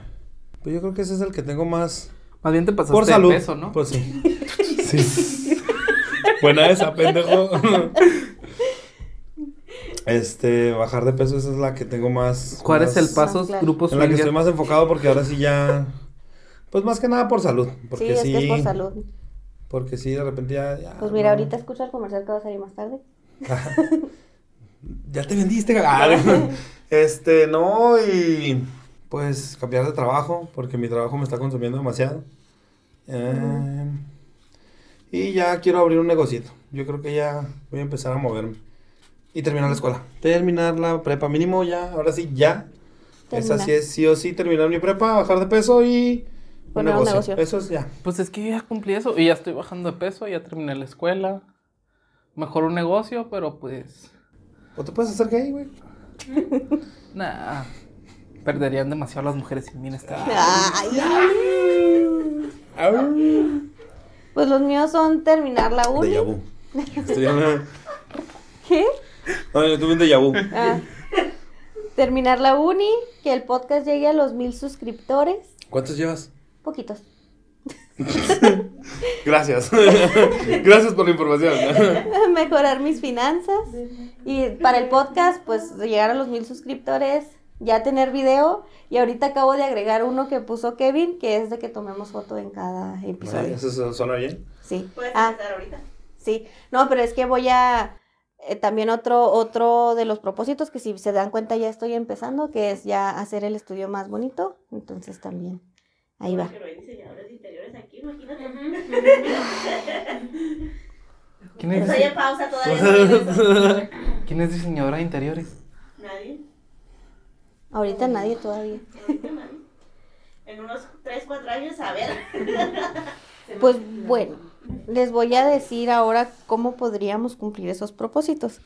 Pues yo creo que ese es el que tengo más. Más bien te pasaste Por salud. de peso, ¿no? <laughs> Pues sí. <laughs> sí. Buena esa, pendejo. Este, bajar de peso, esa es la que tengo más. ¿Cuál más- es el paso Más claro. grupo En la que swinger? estoy más enfocado porque ahora sí ya. Pues más que nada por salud. Sí, Porque es sí, Ah. que es por salud. Porque sí, de repente ya. ya Pues mira, no. ahorita escucha el comercial que va a salir más tarde. ya te vendiste, cagada. este, no, y pues cambiar de trabajo, porque mi trabajo me está consumiendo demasiado. Eh, y ya quiero abrir un negocito. Yo creo que ya voy a empezar a moverme. Y terminar la escuela. Terminar la prepa mínimo ya, ahora sí, ya. Esa Terminar. sí es sí o sí terminar mi prepa, bajar de peso y un Poner un negocio. negocio. Eso es ya. Pues es que yo ya cumplí eso y ya estoy bajando de peso, ya terminé la escuela. Mejor un negocio, pero pues. ¿O te puedes hacer gay, güey? Nah. Perderían demasiado las mujeres sin bien estar. Ah. Pues los míos son terminar la Déjà uni. <laughs> vu. Estoy en una- ¿Qué? No, yo tuve un déjà vu. Ah. terminar la uni, que el podcast llegue a los mil suscriptores. ¿Cuántos llevas? Poquitos. <laughs> <laughs> Gracias. Gracias por la información. Mejorar mis finanzas. Y para el podcast, pues llegar a los mil suscriptores, ya tener video. Y ahorita acabo de agregar uno que puso Kevin, que es de que tomemos foto en cada episodio. ¿Eso su- suena bien? Sí. Puedes Ah, empezar ahorita. Sí, no, pero es que voy a eh, también otro otro de los propósitos que si se dan cuenta ya estoy empezando, que es ya hacer el estudio más bonito, entonces también ahí va. Porque no hay diseñadores interiores aquí, imagínate. ¿Quién es, Estoy en pausa <laughs> Pues todavía. no regreso. ¿Quién es diseñadora de interiores? Nadie. Ahorita nadie todavía. ahorita nadie. En unos 3, 4 años, a ver. Pues bueno, les voy a decir ahora cómo podríamos cumplir esos propósitos.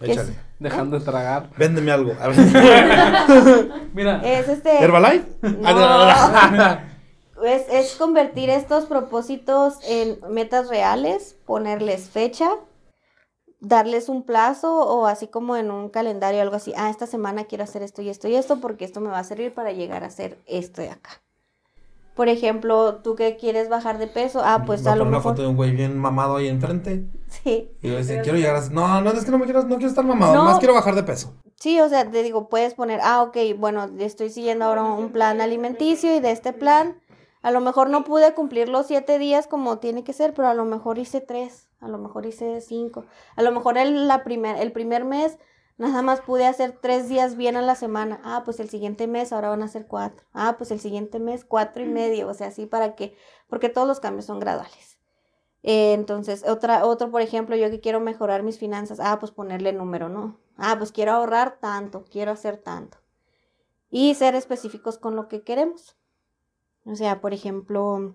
¿Qué es? Échale. Dejando de tragar. Véndeme algo. Mira. Eh, Es este <laughs> ¿Herbalife? Ah, es, es convertir estos propósitos en metas reales, ponerles fecha, darles un plazo o así como en un calendario algo así, ah, esta semana quiero hacer esto y esto y esto porque esto me va a servir para llegar a hacer esto de acá. Por ejemplo, tú que quieres bajar de peso, <laughs> ah, pues Va a lo poner una mejor foto de un güey bien mamado ahí enfrente. <laughs> sí. Y luego dice, quiero llegar a... No, no, es que no me quiero, no quiero estar mamado. No. Más quiero bajar de peso. Sí, o sea, te digo, puedes poner, ah, ok, bueno, estoy siguiendo ahora un plan alimenticio y de este plan, a lo mejor no pude cumplir los siete días como tiene que ser, pero a lo mejor hice tres, a lo mejor hice cinco, a lo mejor el, la primer, el primer mes nada más pude hacer tres días bien a la semana, ah, pues el siguiente mes ahora van a ser cuatro, ah, pues el siguiente mes cuatro y medio, o sea, así para que, porque todos los cambios son graduales. Eh, entonces, otra, otro, por ejemplo, yo que quiero mejorar mis finanzas, ah, pues ponerle número, ¿no? Ah, pues quiero ahorrar tanto, quiero hacer tanto. Y ser específicos con lo que queremos. O sea, por ejemplo,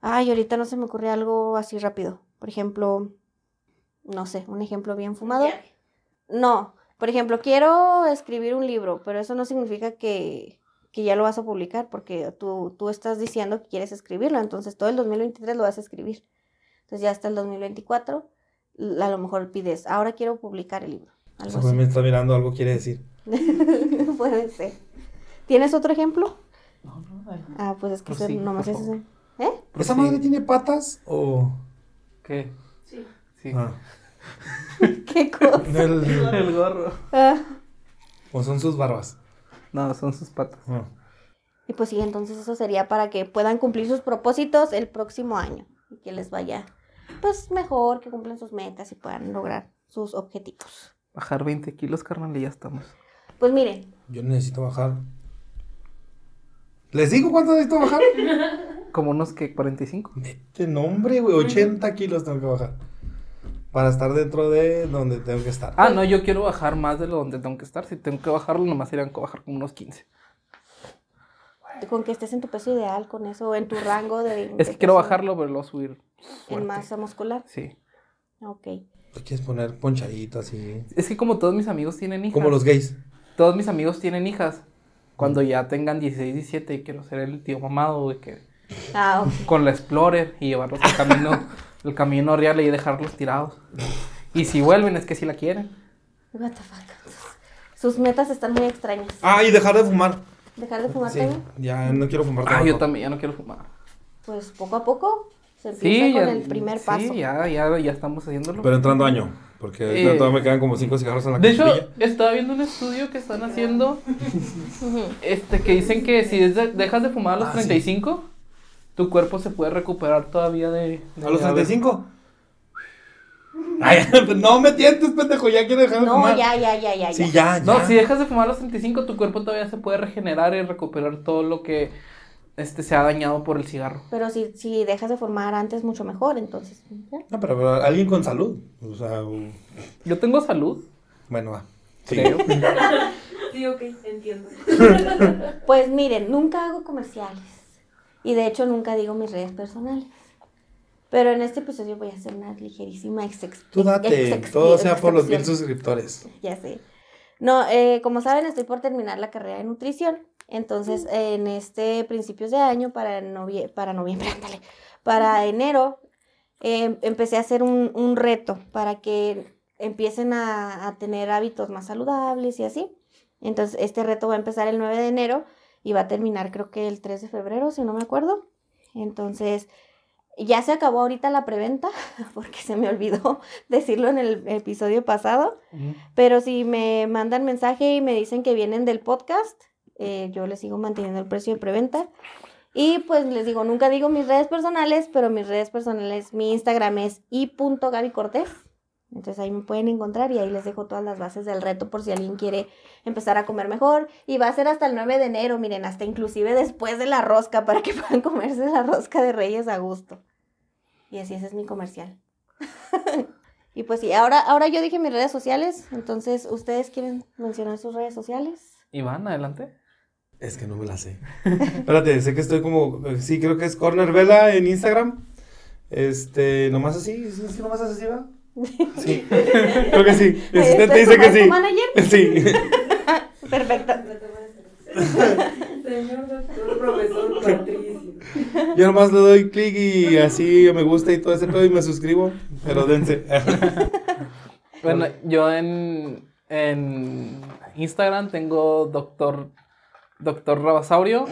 ay, ahorita no se me ocurre algo así rápido. Por ejemplo, no sé, un ejemplo bien fumado. <laughs> Ya. No, por ejemplo, quiero escribir un libro, pero eso no significa que, que ya lo vas a publicar, porque tú, tú estás diciendo que quieres escribirlo, entonces todo el 2023 lo vas a escribir. Entonces ya hasta el 2024, l- a lo mejor pides, ahora quiero publicar el libro. Algo Ese güey así. me está mirando, algo quiere decir. <laughs> Puede ser. ¿Tienes otro ejemplo? No, no, ay. Ah, pues es que Pues eso sí, nomás por es favor. ese. ¿Eh? ¿Esa Sí. madre tiene patas o...? ¿Qué? Sí. Sí. Ah. <laughs> ¿Qué cosa? El- El gorro. Ah, ¿O son sus barbas? No, son sus patas. Ah. Y pues sí, entonces eso sería para que puedan cumplir sus propósitos el próximo año y que les vaya pues mejor, que cumplan sus metas y puedan lograr sus objetivos. Bajar 20 kilos, carnal, y ya estamos. Pues miren, Yo necesito bajar. ¿Les digo cuánto necesito bajar? Como unos que 45. Este nombre, güey, 80 kilos tengo que bajar. Para estar dentro de donde tengo que estar. Ah, no, yo quiero bajar más de lo donde tengo que estar. Si tengo que bajarlo, nomás irán a bajar como unos 15. con que estés en tu peso ideal con eso, en tu rango de... Es de que quiero peso bajarlo, pero luego subir. fuerte. En masa muscular. Sí. Ok. Te quieres poner ponchadito así. Es que como todos mis amigos tienen hijas. Como los gays. Todos mis amigos tienen hijas. Cuando ya tengan 16, 17, quiero ser el tío mamado, güey, que Ah, ok. con la Explorer y llevarlos <laughs> al camino, el camino real y dejarlos tirados. Y si vuelven, es que si la quieren. What the fuck. Sus metas están muy extrañas. Ah, y dejar de fumar. Dejar de fumar Sí, tabaco, ya no quiero fumar. Ah, yo tabaco. también, ya no quiero fumar. pues poco a poco se empieza Sí, con ya- el primer sí, paso. ya, ya, ya estamos haciéndolo. Pero entrando año. Porque ahorita Eh, todavía me quedan como cinco cigarros en la De hecho, cajetilla. estaba viendo un estudio que están haciendo este que dicen que si des- dejas de fumar a los Ah, sí. 35, tu cuerpo se puede recuperar todavía de... de ¿A los haber- 35? <laughs> Ay, no me tientes, pendejo, ya quiero dejar de No, fumar. ya, ya, ya, ya. Sí, ya, ya. ya. No, si dejas de fumar a los 35, tu cuerpo todavía se puede regenerar y recuperar todo lo que este, se ha dañado por el cigarro. Pero si, si dejas de formar antes, mucho mejor, entonces. ¿ya? No, pero, pero alguien con salud. O sea, u- Yo tengo salud, bueno, va. creo. Sí, ok, entiendo. Pues miren, nunca hago comerciales. Y de hecho nunca digo mis redes personales. Pero en este episodio voy a hacer una ligerísima ex ex- Tú <laughs> date, ex- ex- todo sea por los mil excepción. suscriptores. <laughs> Ya sé. No, eh, como saben, estoy por terminar la carrera de nutrición. Entonces, en este principios de año, para, novie para noviembre, <laughs> ándale, para enero, eh, empecé a hacer un, un reto para que empiecen a, a tener hábitos más saludables y así. Entonces, este reto va a empezar el 9 de enero y va a terminar creo que el 3 de febrero, si no me acuerdo. Entonces, ya se acabó ahorita la preventa, <laughs> porque se me olvidó <laughs> decirlo en el episodio pasado. Pero si me mandan mensaje y me dicen que vienen del podcast, eh, yo les sigo manteniendo el precio de preventa. Y pues les digo, nunca digo mis redes personales, pero mis redes personales, mi Instagram es i.gaby Cortés. Entonces ahí me pueden encontrar y ahí les dejo todas las bases del reto por si alguien quiere empezar a comer mejor. Y va a ser hasta el 9 de enero, miren, hasta inclusive después de la rosca para que <laughs> puedan comerse la rosca de Reyes a gusto. Y así ese es mi comercial. Y pues sí, ahora, ahora yo dije mis redes sociales, entonces ustedes quieren mencionar sus redes sociales. Iván, adelante. Es que no me la sé. Espérate, sé que estoy como. eh, Sí, creo que es Corner Vela en Instagram. Este, nomás así. ¿Es que nomás así va? Sí. creo que sí. El asistente ¿Esto dice es que Pues, tu sí. manager? Sí. Perfecto. Señor doctor, profesor Patricio. Yo nomás le doy clic y así me gusta y todo ese todo y me suscribo. Pero dense. Bueno, yo en, en Instagram tengo doctor, <laughs> doctor Rabasaurio.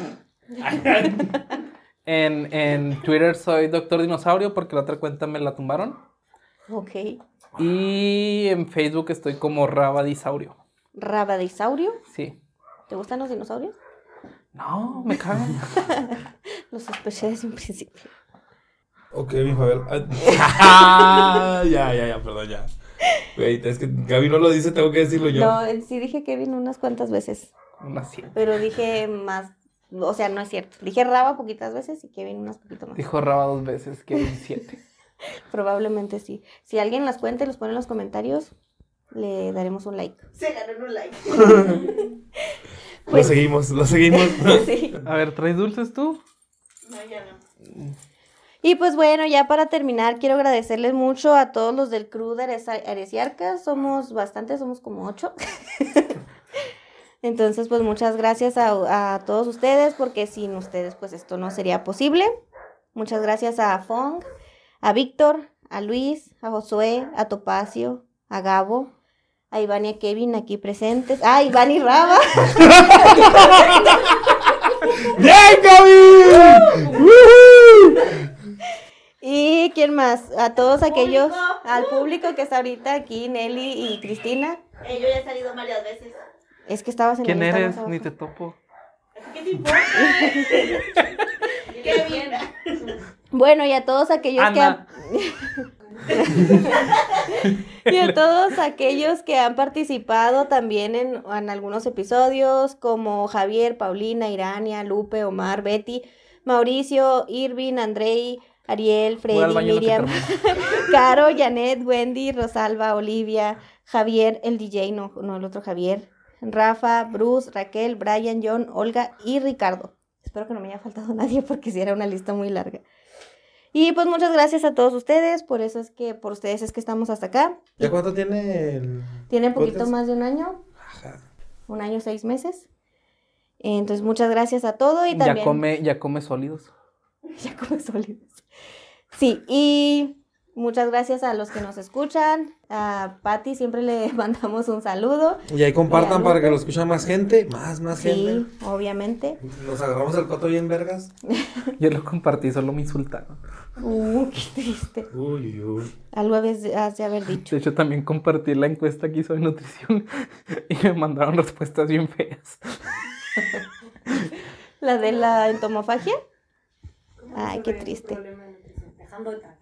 En, en Twitter soy doctor Dinosaurio porque la otra cuenta me la tumbaron. Ok. Y en Facebook estoy como Rabadisaurio. Rabadisaurio. Sí. ¿Te gustan los dinosaurios? No, me cago. Los sospeché desde un principio. ok, mi Fabel. <laughs> Ah, ya, ya, ya, perdón, ya. Güey, es que Gaby no lo dice, tengo que decirlo yo. No, eh, sí dije Kevin unas cuantas veces, Una siete. pero dije más, o sea, no es cierto. Dije Raba poquitas veces y Kevin unas poquito más. Dijo Raba dos veces que un siete. Probablemente sí. Si alguien las cuenta y los pone en los comentarios, le daremos un <laughs> like. Se ganaron un like. Pues- lo seguimos, lo seguimos. sí. A ver, ¿traes dulces tú? No, ya no. Y pues bueno, ya para terminar, quiero agradecerles mucho a todos los del crew de Ares- Areciarca. Somos bastantes, somos como ocho. <laughs> Entonces, pues muchas gracias a, a todos ustedes, porque sin ustedes, pues esto no sería posible. Muchas gracias a Fong, a Víctor, a Luis, a Josué, a Topacio, a Gabo, a Iván y a Kevin aquí presentes. Ah, Iván y Raba. <laughs> ¡Bien, Gaby! ¿Y quién más? A todos aquellos, Público. al público que está ahorita aquí, Nelly y Cristina. Eh, yo ya he salido varias veces. Es que estabas en la ¿Quién lista más eres? abajo. Ni te topo. ¿Qué te importa? Qué bien. Bueno, y a todos aquellos Ana. que han... <laughs> y a todos aquellos que han participado también en, en algunos episodios, como Javier, Paulina, Irania, Lupe, Omar, Betty, Mauricio, Irving, Andrei, Ariel, Voy al Freddy, baño en lo que Miriam, termino. Caro, Janet, Wendy, Rosalba, Olivia, Javier, el DJ, no, no el otro Javier, Rafa, Bruce, Raquel, Brian, John, Olga y Ricardo. Espero que no me haya faltado <laughs> nadie porque si era una lista muy larga. Y pues muchas gracias a todos ustedes, por eso es que, por ustedes es que estamos hasta acá. ¿Ya cuánto tiene el.? Tienen poquito Podcast. más de un año, un año seis meses. Entonces muchas gracias a todo y también... <laughs> Ya come, ya come sólidos. Ya come sólidos. Sí, y Muchas gracias a los que nos escuchan. A Patti siempre le <laughs> mandamos un saludo. Y ahí compartan Vean. para que lo escuchen más gente, más, más Sí, gente. obviamente. Nos agarramos el coto bien vergas. Yo lo compartí, solo me insultaron. Uh, qué triste. Uy, uy. Algo habes- has de haber dicho. De hecho, también compartí la encuesta que hizo de nutrición <laughs> y me mandaron respuestas bien feas. ¿La de la entomofagia? ¿Cómo Ay, qué resolvería tu triste. problema de nutrición? Dejando de tragar.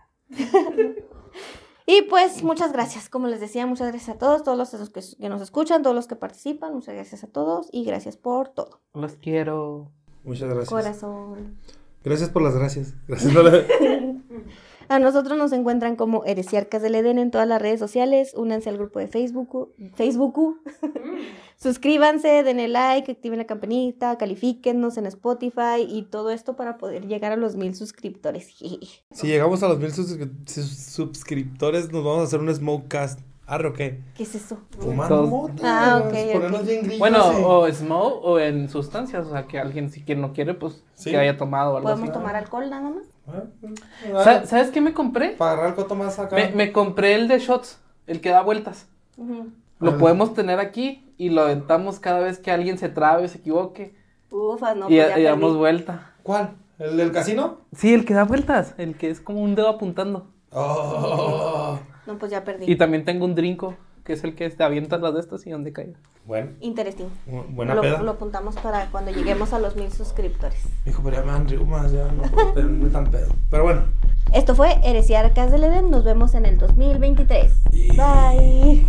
Y pues muchas gracias, como les decía, muchas gracias a todos, todos los que, que nos escuchan, todos los que participan, muchas gracias a todos y gracias por todo. Los quiero. Muchas gracias. Corazón. Gracias por las gracias. Gracias por la- <laughs> A nosotros nos encuentran como Heresiarcas del Edén en todas las redes sociales. Únanse al grupo de Facebook. Facebook. Suscríbanse, denle like, activen la campanita, califíquennos en Spotify y todo esto para poder llegar a los mil suscriptores. <laughs> Si llegamos a los mil suscri- sus- suscriptores, nos vamos a hacer un smokecast. Arre, ¿o qué? ¿Qué es eso? Todos- mota, Ah, ok, ponernos ok. bien grillos, Bueno, sí. o smoke o en sustancias, o sea, que alguien si quien no quiere, pues Sí. que haya tomado o algo así. ¿Podemos tomar alcohol nada más? Ah, Sa- ¿Sabes qué me compré? Para agarrar el coto más acá. Me, me compré el de shots, el que da vueltas. Ujú. Lo Ah. podemos tener aquí y lo aventamos cada vez que alguien se trabe o se equivoque Ufas, no. y, pues ya y damos perdí. vuelta. ¿Cuál? ¿El del casino? Sí, el que da vueltas, el que es como un dedo apuntando. Oh. No, pues ya perdí. Y también tengo un drinko, que es el que te avientas las de estas y donde caiga. Bueno, Interesting. bu- buena lo, peda. lo apuntamos para cuando lleguemos a los mil suscriptores. Dijo, pero ya me dan riumas, ya no puedo tenerme tan pedo. Pero bueno. Esto fue Heresiarcas del Edén. Nos vemos en el 2023. Bye.